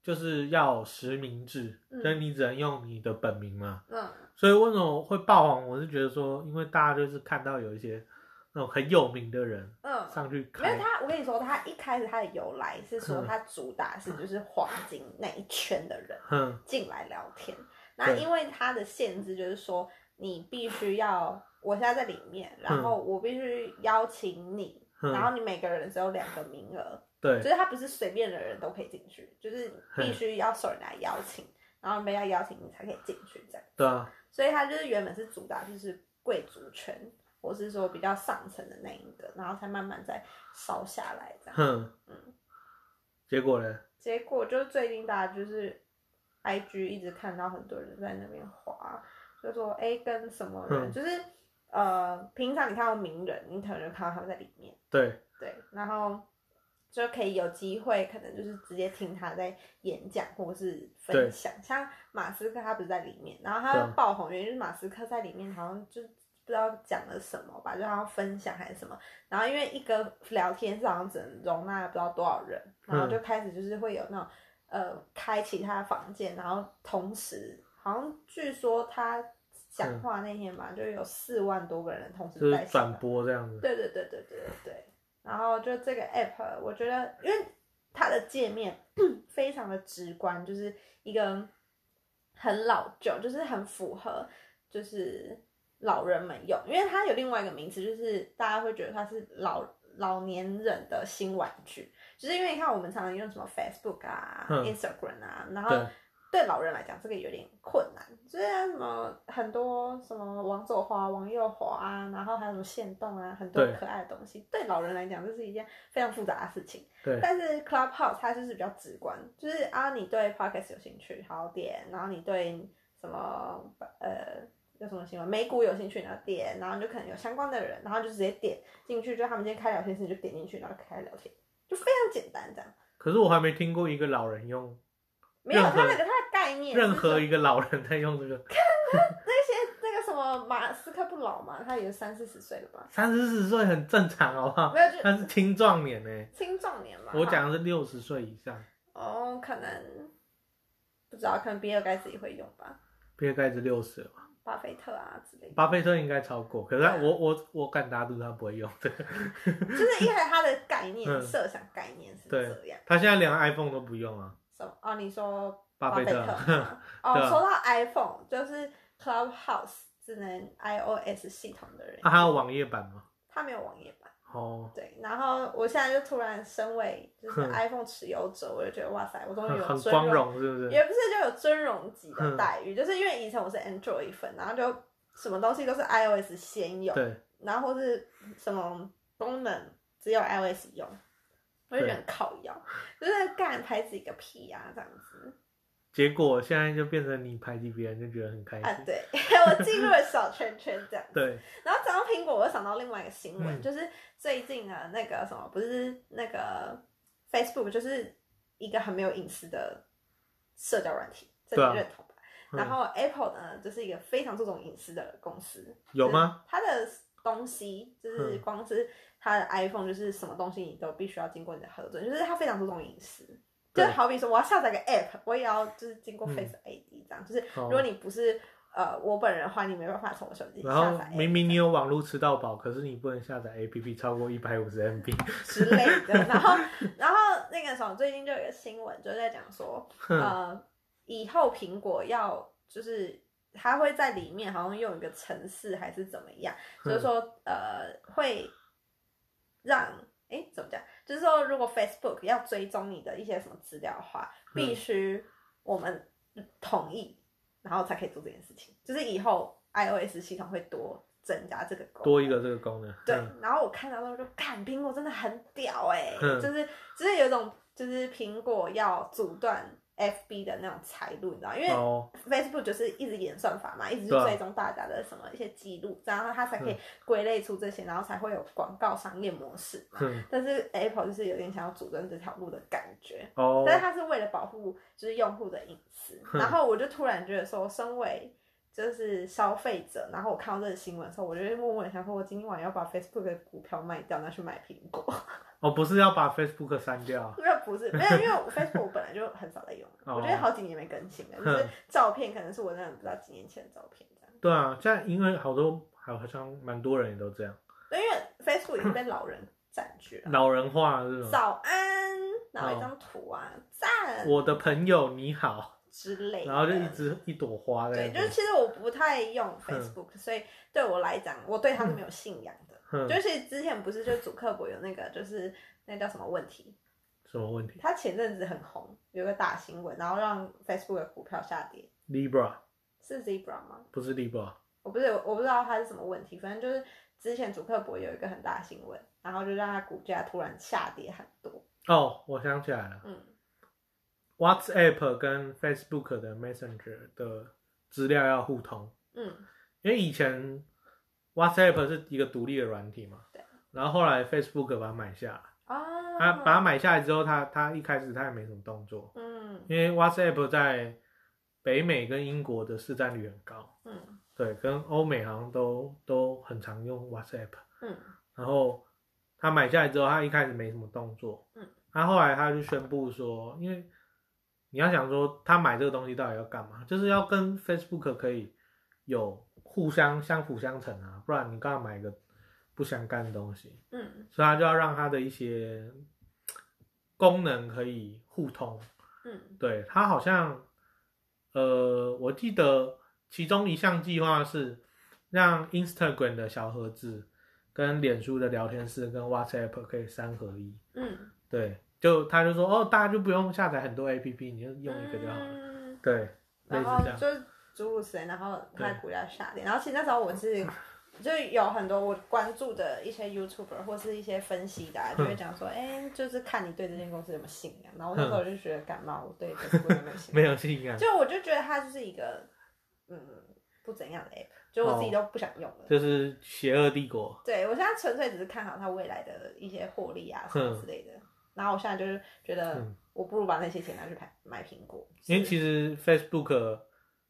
[SPEAKER 3] 就是要实名制，
[SPEAKER 2] 嗯
[SPEAKER 3] 所以你只能用你的本名嘛。
[SPEAKER 2] 嗯
[SPEAKER 3] 所以为什么会爆红？我是觉得说，因为大家就是看到有一些那种很有名的人
[SPEAKER 2] 嗯。
[SPEAKER 3] 上去
[SPEAKER 2] 没
[SPEAKER 3] 开，
[SPEAKER 2] 有他，我跟你说，他一开始他的由来是说
[SPEAKER 3] 嗯
[SPEAKER 2] 他主打是就是黄金那一圈的人
[SPEAKER 3] 哼，
[SPEAKER 2] 进来聊天，那
[SPEAKER 3] 对
[SPEAKER 2] 因为他的限制就是说你必须要我现在在里面，然后我必须邀请你，
[SPEAKER 3] 嗯
[SPEAKER 2] 然后你每个人只有两个名额，
[SPEAKER 3] 对
[SPEAKER 2] 就是他不是随便的人都可以进去，就是必须要受人家邀请，然后人家邀请你才可以进去这样，
[SPEAKER 3] 对啊，
[SPEAKER 2] 所以他就是原本是主打就是贵族圈。或是说比较上层的那一个，然后才慢慢再烧下来这样。
[SPEAKER 3] 哼，
[SPEAKER 2] 嗯
[SPEAKER 3] 结果呢？
[SPEAKER 2] 结果就是最近大家就是 I G 一直看到很多人在那边滑，就说哎、诶跟什么人，
[SPEAKER 3] 嗯
[SPEAKER 2] 就是呃平常你看到名人，你可能就看到他们在里面，
[SPEAKER 3] 对，
[SPEAKER 2] 对，然后就可以有机会可能就是直接听他在演讲或者是分享，像马斯克他不是在里面，然后
[SPEAKER 3] 对
[SPEAKER 2] 他
[SPEAKER 3] 啊
[SPEAKER 2] 爆红原因就是马斯克在里面好像就。不知道讲了什么吧，就好像分享还是什么，然后因为一个聊天室好像只能容纳不知道多少人，然
[SPEAKER 3] 嗯
[SPEAKER 2] 后就开始就是会有那种呃开其他房间，然后同时好像据说他讲话那天吧，就有四万多个人同时
[SPEAKER 3] 嗯就是
[SPEAKER 2] 在线
[SPEAKER 3] 转
[SPEAKER 2] 吧
[SPEAKER 3] 播这样子，
[SPEAKER 2] 对对对对对对对。然后就这个 app，我觉得因为它的界面 非常的直观，就是一个很老旧，就是很符合就是老人们用，因为它有另外一个名词，就是大家会觉得它是老老年人的新玩具，就是因为你看我们常常用什么 Facebook 啊、
[SPEAKER 3] 嗯
[SPEAKER 2] Instagram 啊，然后
[SPEAKER 3] 对，
[SPEAKER 2] 对老人来讲，这个有点困难。虽然什么很多什么往左滑、往右滑啊，然后还有什么线动啊，很多
[SPEAKER 3] 对
[SPEAKER 2] 可爱的东西，对老人来讲，这是一件非常复杂的事情。
[SPEAKER 3] 对
[SPEAKER 2] 但是 Clubhouse 它就是比较直观，就是啊，你对 podcast 有兴趣，好点，然后你对什么呃有什么新闻，美股有兴趣，然后点，然后你就可能有相关的人，然后就直接点进去，就他们今天开聊天室你就点进去，然后开聊天，就非常简单这样。
[SPEAKER 3] 可是我还没听过一个老人用
[SPEAKER 2] 没有
[SPEAKER 3] 任何
[SPEAKER 2] 它那个它的概念是
[SPEAKER 3] 任何
[SPEAKER 2] 说
[SPEAKER 3] 一个老人在用这个，
[SPEAKER 2] 那些那个什么马斯克不老嘛，他也三四十岁了吧？
[SPEAKER 3] 三十四岁很正常，好不好
[SPEAKER 2] 没？有，就
[SPEAKER 3] 哦他是青壮年呢、
[SPEAKER 2] 青壮年嘛。
[SPEAKER 3] 我
[SPEAKER 2] 哈
[SPEAKER 3] 讲的是六十岁以上。
[SPEAKER 2] 哦，可能不知道，可能比尔盖茨也会用吧，
[SPEAKER 3] 比尔盖茨六十了嘛，
[SPEAKER 2] 巴菲特啊之类的。
[SPEAKER 3] 巴菲特应该超过，可是他我我我敢打赌他不会用这个。
[SPEAKER 2] 就是一开始他的概念、
[SPEAKER 3] 嗯
[SPEAKER 2] 设想概念是
[SPEAKER 3] 对
[SPEAKER 2] 这样。
[SPEAKER 3] 他现在连 iPhone 都不用啊，
[SPEAKER 2] 什么啊？你说
[SPEAKER 3] 巴
[SPEAKER 2] 菲
[SPEAKER 3] 菲特
[SPEAKER 2] 吗
[SPEAKER 3] 对
[SPEAKER 2] 哦，
[SPEAKER 3] 啊
[SPEAKER 2] 说到 iPhone，就是 Clubhouse 只能 iOS 系统的人，
[SPEAKER 3] 啊还有网页版吗？
[SPEAKER 2] 它没有网页版。
[SPEAKER 3] 哦，
[SPEAKER 2] 对，然后我现在就突然身为就是
[SPEAKER 3] 哼
[SPEAKER 2] iPhone 持有者，我就觉得哇塞，我终于
[SPEAKER 3] 很
[SPEAKER 2] 哦有
[SPEAKER 3] 很
[SPEAKER 2] 尊
[SPEAKER 3] 光荣是不是？
[SPEAKER 2] 也不是就有尊荣级的待
[SPEAKER 3] 嗯
[SPEAKER 2] 遇，就是因为以前我是 Android 粉，啊然后就什么东西都是 iOS 先有，
[SPEAKER 3] 对，
[SPEAKER 2] 然后或是什么功能只有 iOS 用，我就觉得很靠腰，就是干排挤个屁啊这样子
[SPEAKER 3] 结果现在就变成你排挤别人，就觉得很开
[SPEAKER 2] 啊！
[SPEAKER 3] 心。
[SPEAKER 2] 对， 我进入了小圈圈这样子。
[SPEAKER 3] 对，
[SPEAKER 2] 然后讲到苹果，我又想到另外一个新闻，
[SPEAKER 3] 嗯
[SPEAKER 2] 就是最近啊，那个什么，不是那个 Facebook 就是一个很没有隐私的社交软体，这
[SPEAKER 3] 对啊
[SPEAKER 2] 你认同吧？
[SPEAKER 3] 嗯
[SPEAKER 2] 然后 Apple 呢，就是一个非常注重隐私的公司，
[SPEAKER 3] 有吗？
[SPEAKER 2] 它的东西就是
[SPEAKER 3] 嗯
[SPEAKER 2] 光是它的 iPhone，就是什么东西你都必须要经过你的核准，就是它非常注重隐私。就
[SPEAKER 3] 对
[SPEAKER 2] 好比说，我要下载个 App，我也要就是经过
[SPEAKER 3] 嗯
[SPEAKER 2] Face ID 这样，就是
[SPEAKER 3] 哦
[SPEAKER 2] 如果你不是呃我本人的话，你没办法从我手机下
[SPEAKER 3] 然
[SPEAKER 2] 载 app 这
[SPEAKER 3] 后
[SPEAKER 2] 样。
[SPEAKER 3] 明明你有网络吃到饱，可是你不能下载 APP 超过一百五十 MB。
[SPEAKER 2] 之类的。然后，然后那个什么，最近就有一个新闻，就是在讲说，
[SPEAKER 3] 哼，
[SPEAKER 2] 呃，以后苹果要就是它会在里面好像用一个城市还是怎么样，
[SPEAKER 3] 嗯
[SPEAKER 2] 就是说呃会让诶怎么讲？就是说如果 Facebook 要追踪你的一些什么资料的话，必
[SPEAKER 3] 嗯
[SPEAKER 2] 须我们同意，然后才可以做这件事情。就是以后 iOS 系统会多增加这个功能
[SPEAKER 3] 多一个这个功能。
[SPEAKER 2] 对
[SPEAKER 3] 嗯，
[SPEAKER 2] 然后我看到之后就，看苹果真的很屌哎、
[SPEAKER 3] 嗯
[SPEAKER 2] 就是就是有一种就是苹果要阻断 FB 的那种财路，你知道，因为
[SPEAKER 3] 哦，
[SPEAKER 2] Facebook 就是一直演算法嘛，一直去
[SPEAKER 3] 对啊
[SPEAKER 2] 追踪大家的什么一些记录，然后它才可以
[SPEAKER 3] 嗯
[SPEAKER 2] 归类出这些，然后才会有广告商业模式嘛。
[SPEAKER 3] 哼，
[SPEAKER 2] 但是 Apple 就是有点想要阻断这条路的感觉，
[SPEAKER 3] 哦，
[SPEAKER 2] 但是它是为了保护就是用户的隐私。
[SPEAKER 3] 哼
[SPEAKER 2] 然后我就突然觉得说，身为就是消费者，然后我看到这个新闻的时候，我就会默默地想说，我今晚要把 Facebook 的股票卖掉，拿去买苹果。
[SPEAKER 3] 哦，不是要把 Facebook 删掉啊，
[SPEAKER 2] 因为不是 没有，因为我 Facebook 我本来就很少在用，
[SPEAKER 3] 哦
[SPEAKER 2] 我觉得好几年没更新了，就是
[SPEAKER 3] 哼
[SPEAKER 2] 照片可能是我那种不知道几年前的照片这样。
[SPEAKER 3] 对啊，现在因为好多好像蛮多人也都这样，
[SPEAKER 2] 对，因为 Facebook 已经被老人占据了。
[SPEAKER 3] 老人化是吗？
[SPEAKER 2] 早安，然后一张图啊，赞
[SPEAKER 3] 我的朋友你好，
[SPEAKER 2] 之类的，
[SPEAKER 3] 然后就一直一朵花在
[SPEAKER 2] 对，就是
[SPEAKER 3] 那
[SPEAKER 2] 其实我不太用 Facebook，所以对我来讲，我对它是没有信仰的。
[SPEAKER 3] 边，哼，
[SPEAKER 2] 就是之前不是就主客博有那个就是那叫什么问题，
[SPEAKER 3] 什么问题
[SPEAKER 2] 他前阵子很红，有个大新闻，然后让 Facebook 的股票下跌，
[SPEAKER 3] ？Libra
[SPEAKER 2] 是 Zebra 吗？
[SPEAKER 3] 不是 Libra，
[SPEAKER 2] 我不是我不知道它是什么问题，反正就是之前主客博有一个很大新闻，然后就让它股价突然下跌很多。
[SPEAKER 3] 哦，我想起来了
[SPEAKER 2] 嗯，
[SPEAKER 3] ，WhatsApp 跟 Facebook 的 Messenger 的资料要互通，
[SPEAKER 2] 嗯，
[SPEAKER 3] 因为以前 WhatsApp 是一个独立的软体嘛
[SPEAKER 2] 对，
[SPEAKER 3] 然后后来 Facebook 把它买下来，
[SPEAKER 2] 啊，
[SPEAKER 3] 它把它买下来之后，它它一开始它也没什么动作，
[SPEAKER 2] 嗯
[SPEAKER 3] 因为 WhatsApp 在北美跟英国的市占率很高，
[SPEAKER 2] 嗯
[SPEAKER 3] 对，跟欧美好像都都很常用 WhatsApp。
[SPEAKER 2] 嗯
[SPEAKER 3] 然后他买下来之后，他一开始没什么动作，
[SPEAKER 2] 嗯，
[SPEAKER 3] 他后来他就宣布说，因为你要想说他买这个东西到底要干嘛，就是要跟 Facebook 可以有互相相辅相成啊，不然你干嘛买一个不相干的东西？
[SPEAKER 2] 嗯
[SPEAKER 3] 所以他就要让他的一些功能可以互通。
[SPEAKER 2] 嗯
[SPEAKER 3] 对他好像，呃，我记得其中一项计划是让 Instagram 的小盒子跟脸书的聊天室跟 WhatsApp 可以三合一。
[SPEAKER 2] 嗯，
[SPEAKER 3] 对，就他就说哦，大家就不用下载很多 APP，你就用一个就好了。
[SPEAKER 2] 嗯
[SPEAKER 3] 对，类
[SPEAKER 2] 然
[SPEAKER 3] 似
[SPEAKER 2] 后
[SPEAKER 3] 这样，
[SPEAKER 2] 就是诸如此类，然后他
[SPEAKER 3] 对
[SPEAKER 2] 的股价下跌。然后其实那时候我是就有很多我关注的一些 YouTuber 或是一些分析的、啊，就会讲说，哎、就是看你对这间公司有没有信仰。然后那时候我就觉得感冒，我对这个没有信
[SPEAKER 3] 没
[SPEAKER 2] 仰。
[SPEAKER 3] 有信仰，
[SPEAKER 2] 就我就觉得它就是一个嗯不怎样的 app，就我自己
[SPEAKER 3] 哦
[SPEAKER 2] 都不想用了。
[SPEAKER 3] 就是邪恶帝国。
[SPEAKER 2] 对我现在纯粹只是看好它未来的一些获利啊什么之类的。然后我现在就是觉得
[SPEAKER 3] 嗯，
[SPEAKER 2] 我不如把那些钱拿去买买苹果。
[SPEAKER 3] 因为其实 Facebook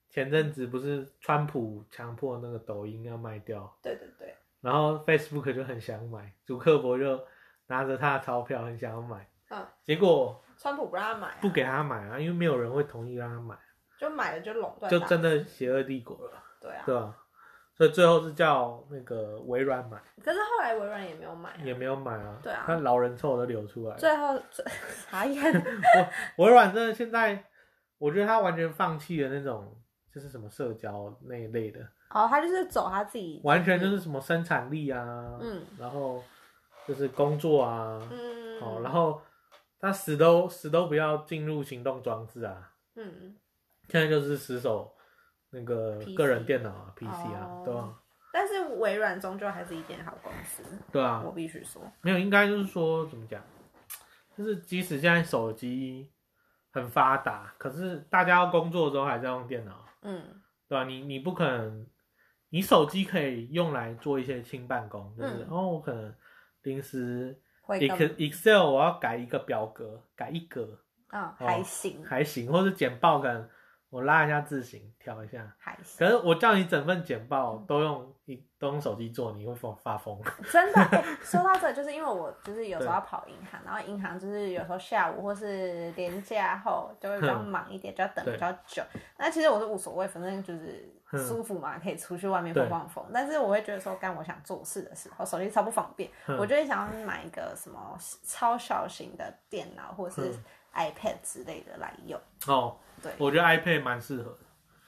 [SPEAKER 3] 前阵子不是川普强迫那个抖音要卖掉，
[SPEAKER 2] 对对对，
[SPEAKER 3] 然后 Facebook 就很想买，祖克伯就拿着他的钞票很想要买，
[SPEAKER 2] 嗯，
[SPEAKER 3] 结果
[SPEAKER 2] 川普不让他买、啊，
[SPEAKER 3] 不给他买啊，因为没有人会同意让他买，
[SPEAKER 2] 就买了就垄断，
[SPEAKER 3] 就真的邪恶帝国了，
[SPEAKER 2] 对啊。
[SPEAKER 3] 对吧、所以最后是叫那个微软买，
[SPEAKER 2] 可是后来微软也没有买、啊，
[SPEAKER 3] 也没有买啊，
[SPEAKER 2] 对啊
[SPEAKER 3] 他老人臭都流出来了。
[SPEAKER 2] 最后最 傻眼，
[SPEAKER 3] 微软真的现在，我觉得他完全放弃了那种就是什么社交那一类的，
[SPEAKER 2] 哦，他就是走他自己，
[SPEAKER 3] 完全就是什么生产力啊，
[SPEAKER 2] 嗯
[SPEAKER 3] 然后就是工作啊，
[SPEAKER 2] 嗯，
[SPEAKER 3] 哦，然后他死都死都不要进入行动装置啊，
[SPEAKER 2] 嗯，
[SPEAKER 3] 现在就是死守那个
[SPEAKER 2] PC
[SPEAKER 3] 个人电脑啊，PC 啊
[SPEAKER 2] 哦，
[SPEAKER 3] 对吧？
[SPEAKER 2] 但是微软终究还是一间好公司，
[SPEAKER 3] 对啊
[SPEAKER 2] 我，必须说，
[SPEAKER 3] 没有，应该就是说怎么讲，就是即使现在手机很发达，可是大家要工作的时候还在用电脑。
[SPEAKER 2] 嗯
[SPEAKER 3] 对吧、你你不可能，你手机可以用来做一些轻办公，就是、
[SPEAKER 2] 嗯
[SPEAKER 3] 哦，我可能临时
[SPEAKER 2] 会更
[SPEAKER 3] Ex Excel 我要改一个表格，改一格
[SPEAKER 2] 啊、
[SPEAKER 3] 哦
[SPEAKER 2] 还行
[SPEAKER 3] 还行，或者简报可能我拉一下字型调一下。
[SPEAKER 2] 还行，
[SPEAKER 3] 可是我叫你整份简报
[SPEAKER 2] 嗯
[SPEAKER 3] 都用一都用手机做，你会发发疯。
[SPEAKER 2] 真 的、哎说到这，就是因为我就是有时候
[SPEAKER 3] 对
[SPEAKER 2] 要跑银行，然后银行就是有时候下午或是年假后就会比较
[SPEAKER 3] 哼
[SPEAKER 2] 忙一点，就要等
[SPEAKER 3] 对
[SPEAKER 2] 比较久。那其实我是无所谓，反正就是
[SPEAKER 3] 哼
[SPEAKER 2] 舒服嘛，可以出去外面
[SPEAKER 3] 对
[SPEAKER 2] 放放风。但是我会觉得说，干我想做事的时候，手机超不方便，
[SPEAKER 3] 哼
[SPEAKER 2] 我就会想要买一个什么超小型的电脑或是
[SPEAKER 3] 哼
[SPEAKER 2] iPad 之类的来用。
[SPEAKER 3] 哦，
[SPEAKER 2] 对
[SPEAKER 3] 我觉得 iPad 蛮适合的，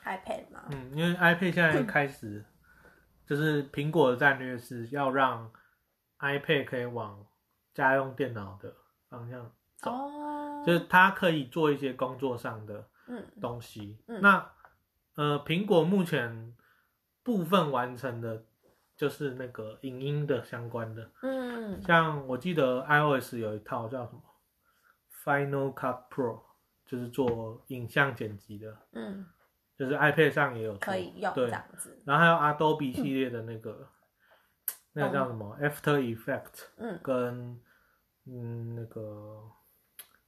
[SPEAKER 2] iPad 嘛，
[SPEAKER 3] 嗯，因为 iPad 现在开 始就是苹果的战略是要让 iPad 可以往家用电脑的方向走。
[SPEAKER 2] 哦，
[SPEAKER 3] 嗯就是它可以做一些工作上的
[SPEAKER 2] 嗯
[SPEAKER 3] 东西。
[SPEAKER 2] 嗯
[SPEAKER 3] 那呃，苹果目前部分完成的，就是那个影音的相关的，
[SPEAKER 2] 嗯，
[SPEAKER 3] 像我记得 iOS 有一套叫什么 Final Cut Pro，就是做影像剪辑的，
[SPEAKER 2] 嗯，
[SPEAKER 3] 就是 iPad 上也有做
[SPEAKER 2] 可以用这
[SPEAKER 3] 对，
[SPEAKER 2] 样嗯子，
[SPEAKER 3] 然后还有 Adobe 系列的那个，那个叫什么 After Effect。
[SPEAKER 2] 嗯，
[SPEAKER 3] 跟嗯那个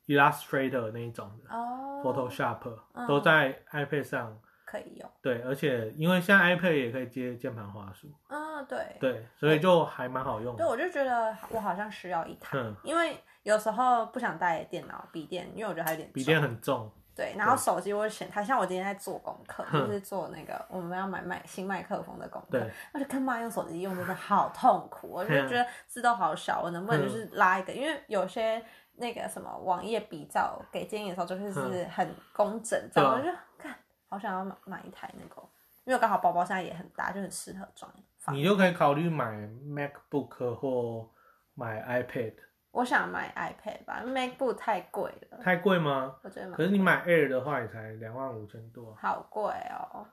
[SPEAKER 3] Illustrator 那一种的、
[SPEAKER 2] 哦
[SPEAKER 3] Photoshop
[SPEAKER 2] 嗯
[SPEAKER 3] 都在 iPad 上。
[SPEAKER 2] 可以用，
[SPEAKER 3] 对，而且因为现在 iPad 也可以接键盘滑鼠，
[SPEAKER 2] 嗯，对，
[SPEAKER 3] 对，所以就还蛮好用
[SPEAKER 2] 对，
[SPEAKER 3] 的。
[SPEAKER 2] 我就觉得我好像需要一台，
[SPEAKER 3] 嗯，
[SPEAKER 2] 因为有时候不想带电脑、笔电，因为我觉得它有点重
[SPEAKER 3] 笔电很重，
[SPEAKER 2] 对，然后
[SPEAKER 3] 对
[SPEAKER 2] 手机我选它，像我今天在做功课，
[SPEAKER 3] 哼
[SPEAKER 2] 就是做那个我们要买麦新麦克风的功课
[SPEAKER 3] 对，
[SPEAKER 2] 我就跟妈用手机用真的好痛苦，我就
[SPEAKER 3] 嗯
[SPEAKER 2] 觉得字都好小，我能不能就是拉一个？因为有些那个什么网页比照给建议的时候，就是
[SPEAKER 3] 嗯
[SPEAKER 2] 很工整这样，
[SPEAKER 3] 对啊
[SPEAKER 2] 我就看好想要买买一台那个，因为刚好包包现在也很大，就很适合装放。
[SPEAKER 3] 你就可以考虑买 MacBook 或买 iPad。
[SPEAKER 2] 我想买 iPad 吧，MacBook 太贵了，
[SPEAKER 3] 太贵吗？
[SPEAKER 2] 我觉得蛮
[SPEAKER 3] 可是你买 Air 的话也才两万五千多啊、
[SPEAKER 2] 好贵哦。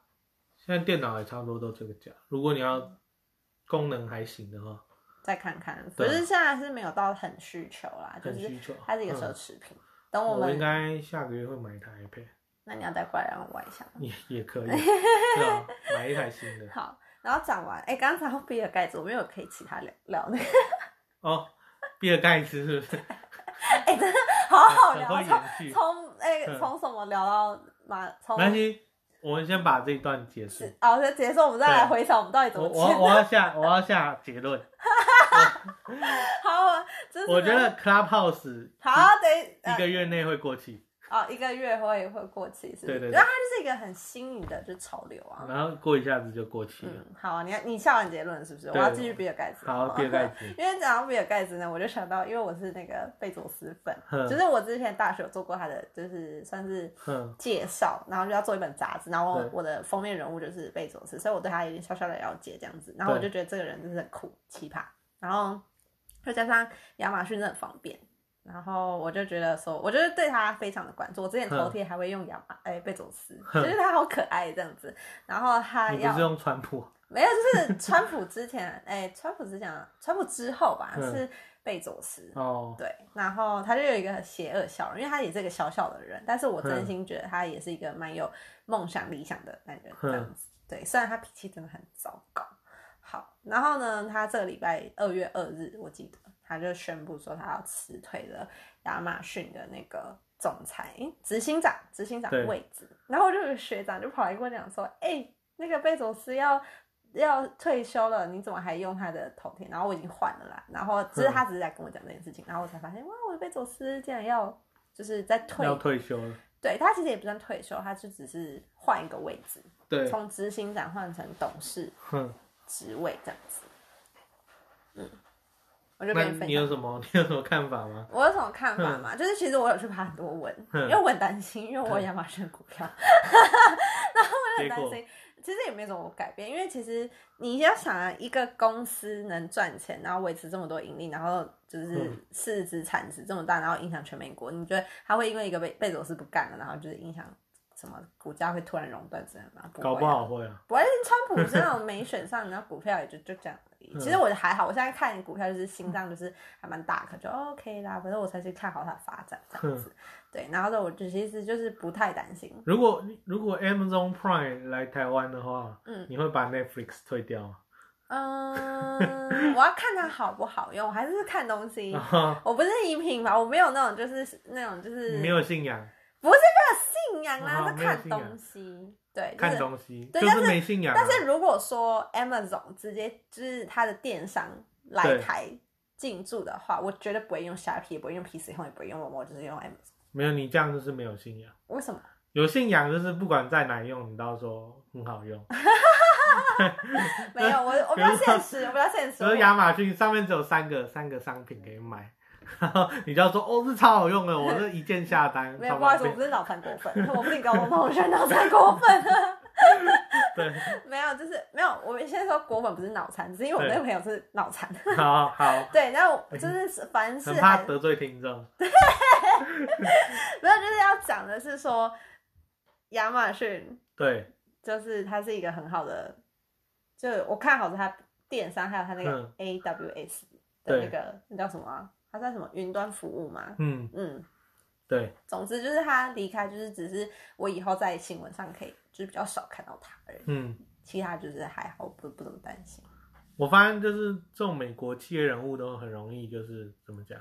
[SPEAKER 3] 现在电脑也差不多都这个价。如果你要功能还行的话，
[SPEAKER 2] 再看看，可
[SPEAKER 3] 对啊
[SPEAKER 2] 是现在是没有到很需求啦，就
[SPEAKER 3] 很
[SPEAKER 2] 是
[SPEAKER 3] 需求
[SPEAKER 2] 它是一个
[SPEAKER 3] 嗯
[SPEAKER 2] 奢侈品。等我
[SPEAKER 3] 我
[SPEAKER 2] 们
[SPEAKER 3] 应，该下个月会买一台 iPad。
[SPEAKER 2] 那你要再过来让我玩一下吗。
[SPEAKER 3] 也也可以，对啊，买一台新的。
[SPEAKER 2] 好，然后讲完，哎、刚才比尔盖茨，我们有可以其他聊 聊那个，
[SPEAKER 3] 哦，比尔盖茨是不是？
[SPEAKER 2] 哎、真的好好
[SPEAKER 3] 很
[SPEAKER 2] 聊，啊
[SPEAKER 3] 会
[SPEAKER 2] 从
[SPEAKER 3] 延续。
[SPEAKER 2] 从哎
[SPEAKER 3] 嗯
[SPEAKER 2] 从什么聊到马，从
[SPEAKER 3] 没关系，我们先把这一段结束。
[SPEAKER 2] 哦，就结束，我们再来回想我们到底怎
[SPEAKER 3] 我
[SPEAKER 2] 么
[SPEAKER 3] 我我要下我要下结论，
[SPEAKER 2] 好，我就是
[SPEAKER 3] 我觉得 Clubhouse
[SPEAKER 2] 好，等
[SPEAKER 3] 一一个
[SPEAKER 2] 月
[SPEAKER 3] 月内会过气，
[SPEAKER 2] 哦，一个月会会过期，是不
[SPEAKER 3] 对
[SPEAKER 2] 是？
[SPEAKER 3] 对对
[SPEAKER 2] 然后它就是一个很新颖的，就是潮流啊。
[SPEAKER 3] 然后过一下子就过气了。
[SPEAKER 2] 嗯，啊好啊，你你下完结论是不是？我
[SPEAKER 3] 对
[SPEAKER 2] 要继续比尔盖茨。
[SPEAKER 3] 好，比尔盖茨，
[SPEAKER 2] 因为讲到比尔盖茨呢，我就想到，因为我是那个贝佐斯粉，
[SPEAKER 3] 哼
[SPEAKER 2] 就是我之前大学有做过他的，就是算是
[SPEAKER 3] 哼，
[SPEAKER 2] 介绍，然后就要做一本杂志，然后我
[SPEAKER 3] 对
[SPEAKER 2] 我的封面人物就是贝佐斯，所以我对他有点小小的了解这样子，然后我就觉得这个人真是很酷奇葩，然后又加上亚马逊真的很方便，然后我就觉得说，我就是对他非常的关注。我之前头贴还会用亚麻哎贝佐斯，
[SPEAKER 3] 哼
[SPEAKER 2] 就是他好可爱这样子。然后他
[SPEAKER 3] 你不
[SPEAKER 2] 啊要
[SPEAKER 3] 是用川普？
[SPEAKER 2] 没有，就是川普之前 哎、川普之前川普之后吧
[SPEAKER 3] 嗯
[SPEAKER 2] 是贝佐斯，
[SPEAKER 3] 哦，
[SPEAKER 2] 对，然后他就有一个很邪恶笑容，因为他也是个小小的人，但是我真心觉得他也是一个蛮有梦想理想的男人这样子。对，虽然他脾气真的很糟糕。好，然后呢，他这个礼拜二月二日，我记得他就宣布说他要辞退了亚马逊的那个总裁、诶执行长、执行长
[SPEAKER 3] 对
[SPEAKER 2] 位置。然后我就有个学长就跑来跟我讲说：“哎、那个贝佐斯要要退休了，你怎么还用他的头贴？然后我已经换了啦。然后
[SPEAKER 3] 嗯
[SPEAKER 2] 只是他只是在跟我讲这件事情，然后我才发现，哇，我的贝佐斯竟然要就是在退，
[SPEAKER 3] 要退休了。
[SPEAKER 2] 对他其实也不算退休，他就只是换一个位置，
[SPEAKER 3] 对，
[SPEAKER 2] 从执行长换成董事
[SPEAKER 3] 哼，
[SPEAKER 2] 职位这样子。嗯，我就
[SPEAKER 3] 那
[SPEAKER 2] 跟你分
[SPEAKER 3] 你有
[SPEAKER 2] 享。
[SPEAKER 3] 什么？ 你有什么看法吗？
[SPEAKER 2] 我有什么看法嘛？就是其实我有去爬很多文，
[SPEAKER 3] 嗯
[SPEAKER 2] 因为我很担心，因为我有亚马逊股票，
[SPEAKER 3] 结
[SPEAKER 2] 很担
[SPEAKER 3] 果
[SPEAKER 2] 心。其实也没什么改变，因为其实你要想啊，一个公司能赚钱，然后维持这么多盈利，然后就是
[SPEAKER 3] 嗯
[SPEAKER 2] 市值产值这么大，然后影响全美国，你觉得他会因为一个贝贝佐斯不干了，然后就是影响什么股价会突然熔断之类的吗？会啊
[SPEAKER 3] 搞不好会啊。
[SPEAKER 2] 不会，川普这种没选上，然后股票也就就这样而已。
[SPEAKER 3] 嗯
[SPEAKER 2] 其实我还好，我现在看股票就是心脏就是还蛮大颗，就 OK 啦。反正我才是看好它的发展这样子。对，然后呢，我就其实就是不太担心。
[SPEAKER 3] 如果如果 Amazon Prime 来台湾的话，
[SPEAKER 2] 嗯
[SPEAKER 3] 你会把 Netflix 退掉吗？
[SPEAKER 2] 嗯，我要看它好不好用，我还是看东西。
[SPEAKER 3] 啊，
[SPEAKER 2] 我不是饮品吧，我没有那种就是那种就是
[SPEAKER 3] 你 没有信仰，
[SPEAKER 2] 信仰啦，
[SPEAKER 3] 啊
[SPEAKER 2] 是
[SPEAKER 3] 没有
[SPEAKER 2] 看
[SPEAKER 3] 信仰
[SPEAKER 2] 东西。对，就是
[SPEAKER 3] 看东西，
[SPEAKER 2] 对
[SPEAKER 3] 就
[SPEAKER 2] 但是
[SPEAKER 3] 没信仰啊。
[SPEAKER 2] 但是如果说 Amazon 直接就是它的电商来
[SPEAKER 3] 对
[SPEAKER 2] 台进驻的话，我绝对不会用虾皮，也不会用 PC Home，也不会用某某，就是用 Amazon。
[SPEAKER 3] 没有你这样就是没有信仰。
[SPEAKER 2] 为什么？
[SPEAKER 3] 有信仰就是不管在哪用，你到时候很好 用。
[SPEAKER 2] 没有，我我比
[SPEAKER 3] 啊
[SPEAKER 2] 较现实，我比较现实。
[SPEAKER 3] 所以
[SPEAKER 2] 我
[SPEAKER 3] 亚马逊上面只有三个三个商品可以买， 然后你就要说哦，这超好用 的，我这一键下单，
[SPEAKER 2] 没有，
[SPEAKER 3] 超
[SPEAKER 2] 不好
[SPEAKER 3] 方
[SPEAKER 2] 意思，我
[SPEAKER 3] 便
[SPEAKER 2] 不。是脑残过分，我不是高中同学脑残过分。
[SPEAKER 3] 对，
[SPEAKER 2] 没有，就是没有。我们现在说国本不是脑残，只 是因为我那个朋友是脑残。
[SPEAKER 3] 好好，
[SPEAKER 2] 对，然后就是啊凡事
[SPEAKER 3] 很
[SPEAKER 2] 还
[SPEAKER 3] 怕得罪听众。
[SPEAKER 2] 没有，就是要讲的是说亚马逊
[SPEAKER 3] 对，
[SPEAKER 2] 就是它是一个很好的，就我看好是它电商，还有它那个
[SPEAKER 3] 嗯
[SPEAKER 2] AWS 的
[SPEAKER 3] 对
[SPEAKER 2] 那个那叫什么、啊？它叫什么云端服务嘛？
[SPEAKER 3] 嗯，
[SPEAKER 2] 嗯，
[SPEAKER 3] 对，
[SPEAKER 2] 总之就是它离开，就是只是我以后在新闻上可以就是比较少看到它而已，
[SPEAKER 3] 嗯，
[SPEAKER 2] 其他就是还好，不不怎么担心。
[SPEAKER 3] 我发现就是这种美国企业人物都很容易，就是怎么讲，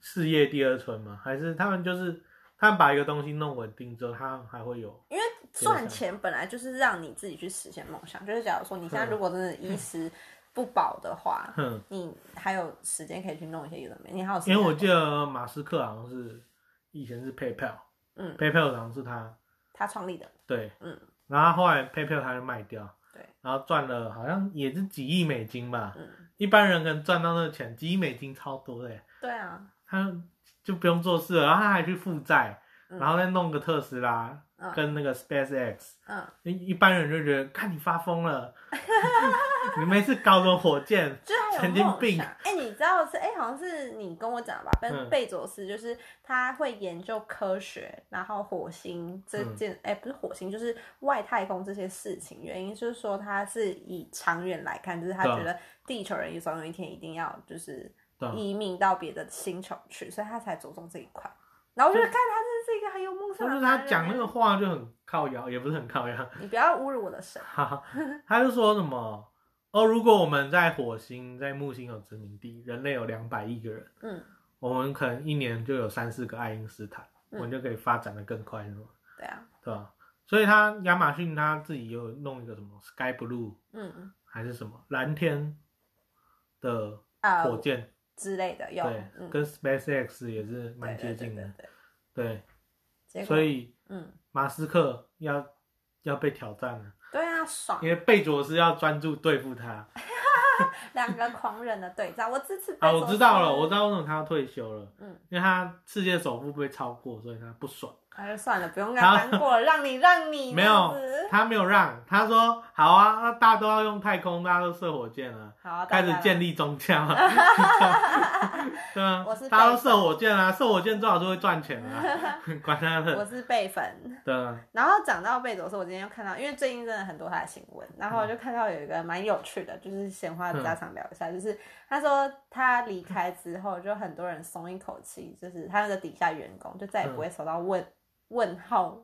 [SPEAKER 3] 事业第二春嘛，还是他们就是他们把一个东西弄稳定之后，他还会有
[SPEAKER 2] 因为赚钱本来就是让你自己去实现梦想，就是假如说你现在
[SPEAKER 3] 嗯
[SPEAKER 2] 如果真的衣食不保的话，
[SPEAKER 3] 哼。
[SPEAKER 2] 你还有时间可以去弄一些有的没，你还有时间
[SPEAKER 3] 因为我记得马斯克好像是以前是 PayPal，PayPal
[SPEAKER 2] 嗯，
[SPEAKER 3] 好像是他
[SPEAKER 2] 他创立的，
[SPEAKER 3] 对，
[SPEAKER 2] 嗯，
[SPEAKER 3] 然后后来 PayPal 他就卖掉，
[SPEAKER 2] 对，
[SPEAKER 3] 然后赚了好像也是几亿美金吧，
[SPEAKER 2] 嗯，
[SPEAKER 3] 一般人可能赚到那个钱，几亿美金超多的耶，
[SPEAKER 2] 对啊，
[SPEAKER 3] 他就不用做事了，然后他还去负债，
[SPEAKER 2] 嗯
[SPEAKER 3] 然后再弄个特斯拉、
[SPEAKER 2] 嗯
[SPEAKER 3] 跟那个 SpaceX，
[SPEAKER 2] 嗯，
[SPEAKER 3] 一一般人就觉得看你发疯了， 你没事搞个火 箭，
[SPEAKER 2] 就是他有
[SPEAKER 3] 神经
[SPEAKER 2] 梦
[SPEAKER 3] 病啊
[SPEAKER 2] 想。哎、你知道是哎、好像是你跟我讲吧，贝、
[SPEAKER 3] 嗯
[SPEAKER 2] 贝佐斯就是他会研究科学，然后火星这
[SPEAKER 3] 嗯
[SPEAKER 2] 件哎、不是火星，就是外太空这些事情。原因就是说他是以长远来看，就是他
[SPEAKER 3] 对啊
[SPEAKER 2] 觉得地球人总有一天一定要就是
[SPEAKER 3] 对啊
[SPEAKER 2] 移民到别的星球去，所以他才着重这一块。然后我就看他真是一个很有梦想
[SPEAKER 3] 就是
[SPEAKER 2] 的男人。
[SPEAKER 3] 他讲那个话就很靠摇，也不是很靠摇，
[SPEAKER 2] 你不要侮辱我的神。
[SPEAKER 3] 哈，他就说什么哦，如果我们在火星、在木星有殖民地，人类有两百亿个人，
[SPEAKER 2] 嗯，
[SPEAKER 3] 我们可能一年就有三四个爱因斯坦，我
[SPEAKER 2] 嗯
[SPEAKER 3] 们就可以发展的更快，是吗？
[SPEAKER 2] 对啊，
[SPEAKER 3] 对吧？所以他亚马逊他自己有弄一个什么 Sky Blue
[SPEAKER 2] 嗯
[SPEAKER 3] 还是什么蓝天的
[SPEAKER 2] 啊、
[SPEAKER 3] 火箭，
[SPEAKER 2] 之类的有，
[SPEAKER 3] 对，
[SPEAKER 2] 嗯，
[SPEAKER 3] 跟 SpaceX 也是蛮
[SPEAKER 2] 对
[SPEAKER 3] 接
[SPEAKER 2] 对对
[SPEAKER 3] 近的，对，
[SPEAKER 2] 对对结果
[SPEAKER 3] 所以
[SPEAKER 2] 嗯，
[SPEAKER 3] 马斯克要要被挑战了，
[SPEAKER 2] 对啊，爽
[SPEAKER 3] 因！为贝佐斯要专注对付他。
[SPEAKER 2] 两个狂人的对战，我支持。
[SPEAKER 3] 啊，我知道了，我知。道为什么他要退休了，
[SPEAKER 2] 嗯，
[SPEAKER 3] 因为他世界首富被超过，所以他不爽。
[SPEAKER 2] 哎那就算了，不用跟他难过了，让你让你
[SPEAKER 3] 没有，他没有让，他说好啊，那大家都要用太空，大家都射火箭了，
[SPEAKER 2] 好，
[SPEAKER 3] 开始建
[SPEAKER 2] 立。
[SPEAKER 3] 立宗教 了， 对啊
[SPEAKER 2] 我是，
[SPEAKER 3] 大家都
[SPEAKER 2] 贝
[SPEAKER 3] 射火箭啊，射火箭最好是会赚钱 啊，管他
[SPEAKER 2] 我
[SPEAKER 3] 的，
[SPEAKER 2] 是贝粉。
[SPEAKER 3] 对啊，
[SPEAKER 2] 然后讲到贝佐斯，我今天又看到，因为最近真的很多他的新闻，然后我就看到有一个蛮有趣的，就是闲话家常聊一下，就是他说他离开之后，就很多人松一口气，就是他那个底下员工就再也不会收到问、问号，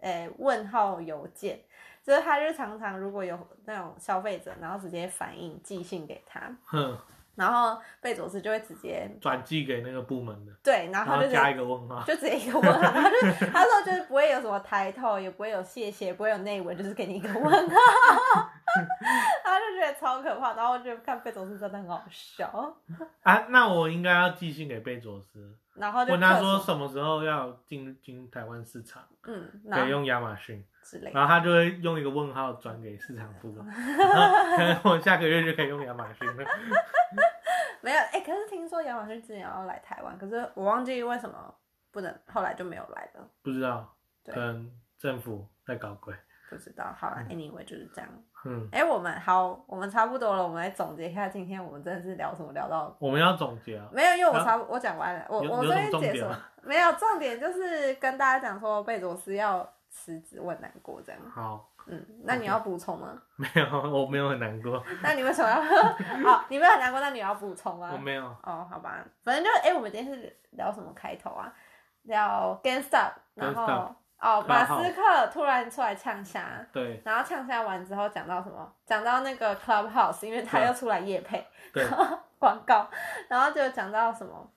[SPEAKER 2] 诶、问号邮件，就是他就常常如果有那种消费者，然后直接反映寄信给他，
[SPEAKER 3] 哼，
[SPEAKER 2] 然后贝佐斯就会直接
[SPEAKER 3] 转寄给那个部门的，
[SPEAKER 2] 啊对，然
[SPEAKER 3] 然
[SPEAKER 2] 后他
[SPEAKER 3] 后
[SPEAKER 2] 就直接
[SPEAKER 3] 加一个问号，
[SPEAKER 2] 就直接一个问号，他就他说就是不会有什么抬头，也不会有谢谢，不会有内文，就是给你一个问号， 他就觉得超可怕。然后我就看贝佐斯真的很好笑，
[SPEAKER 3] 啊，那我应该要寄信给贝佐斯，
[SPEAKER 2] 然后就
[SPEAKER 3] 问他
[SPEAKER 2] 克
[SPEAKER 3] 说
[SPEAKER 2] 服
[SPEAKER 3] 什么时候要进进台湾市场，
[SPEAKER 2] 嗯，
[SPEAKER 3] 可
[SPEAKER 2] 那
[SPEAKER 3] 以用亚马逊，
[SPEAKER 2] 之类的，
[SPEAKER 3] 然后他就会用一个问号转给市场 部，然后可能我下个月就可以用亚马逊了。
[SPEAKER 2] 没有哎、可是听说亚马逊之前要来台湾，可是我忘记为什么不能，后来就没有来了，
[SPEAKER 3] 不知道，
[SPEAKER 2] 对
[SPEAKER 3] 可能政府在搞鬼。
[SPEAKER 2] 不知道。好了，anyway 就是这样。
[SPEAKER 3] 嗯，
[SPEAKER 2] 哎、我们好，我们差不多了，我们来总结一下今天我们真的是聊什么，聊到
[SPEAKER 3] 我们要总结啊，
[SPEAKER 2] 没有，因为我
[SPEAKER 3] 啊
[SPEAKER 2] 差不我讲完了，我
[SPEAKER 3] 有
[SPEAKER 2] 我
[SPEAKER 3] 有
[SPEAKER 2] 这
[SPEAKER 3] 什么重
[SPEAKER 2] 边解
[SPEAKER 3] 点
[SPEAKER 2] 说
[SPEAKER 3] 吗
[SPEAKER 2] 没有重点，就是跟大家讲说贝佐斯要辞职，我很难过这样。
[SPEAKER 3] 好，
[SPEAKER 2] 嗯，那你要补充吗？
[SPEAKER 3] 没有，我没有很难过，
[SPEAKER 2] 那你为什么要？ 哦，你没有很难过，那你要补充
[SPEAKER 3] 我
[SPEAKER 2] 吗？
[SPEAKER 3] 没有。
[SPEAKER 2] 哦，好吧，反正就哎、我们今天是聊什么开头啊？聊 GameStop，然后
[SPEAKER 3] GameStop
[SPEAKER 2] 哦，马
[SPEAKER 3] 然后
[SPEAKER 2] 斯克突然出来呛虾。
[SPEAKER 3] 对
[SPEAKER 2] 然后呛虾完之后讲到什么？讲到那个 Clubhouse，因为他
[SPEAKER 3] 对啊
[SPEAKER 2] 又出来夜配
[SPEAKER 3] 对，
[SPEAKER 2] 广告，然后就讲到什么？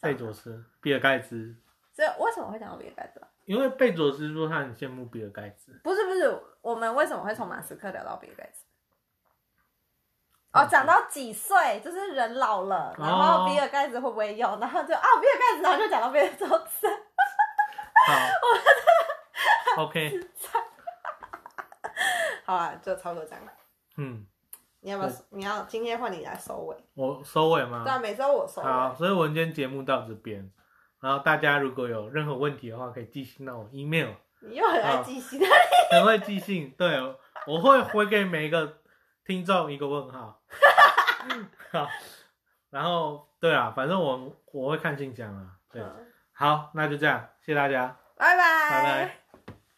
[SPEAKER 3] 贝佐斯、比尔盖茨，
[SPEAKER 2] 这为什么会讲到比尔盖茨啊？
[SPEAKER 3] 因为贝佐斯说他很羡慕比尔盖茨，
[SPEAKER 2] 不是不是，我们为什么会从马斯克聊到比尔盖
[SPEAKER 3] 嗯
[SPEAKER 2] 茨？哦，讲到几岁，就是人老了，然
[SPEAKER 3] 哦
[SPEAKER 2] 后比尔盖茨会不会有？然后就啊，比尔盖茨，然后就讲到比尔盖茨，
[SPEAKER 3] 好，OK，
[SPEAKER 2] 好啊，就差不多这样。
[SPEAKER 3] 嗯，
[SPEAKER 2] 你要不要
[SPEAKER 3] 对？
[SPEAKER 2] 你要今天换你来收尾？
[SPEAKER 3] 我收尾吗？
[SPEAKER 2] 对啊，每周我收尾。
[SPEAKER 3] 好，所以我们今天节目到这边。然后大家如果有任何问题的话，可以寄信到我 email，
[SPEAKER 2] 你又很爱记性，
[SPEAKER 3] 很会寄信。对，我会回给每一个听众一个问号。好，然后对啊，反正我我会看信箱啊。对，
[SPEAKER 2] 嗯
[SPEAKER 3] 好，那就这样，谢谢大家，
[SPEAKER 2] 拜
[SPEAKER 3] 拜拜。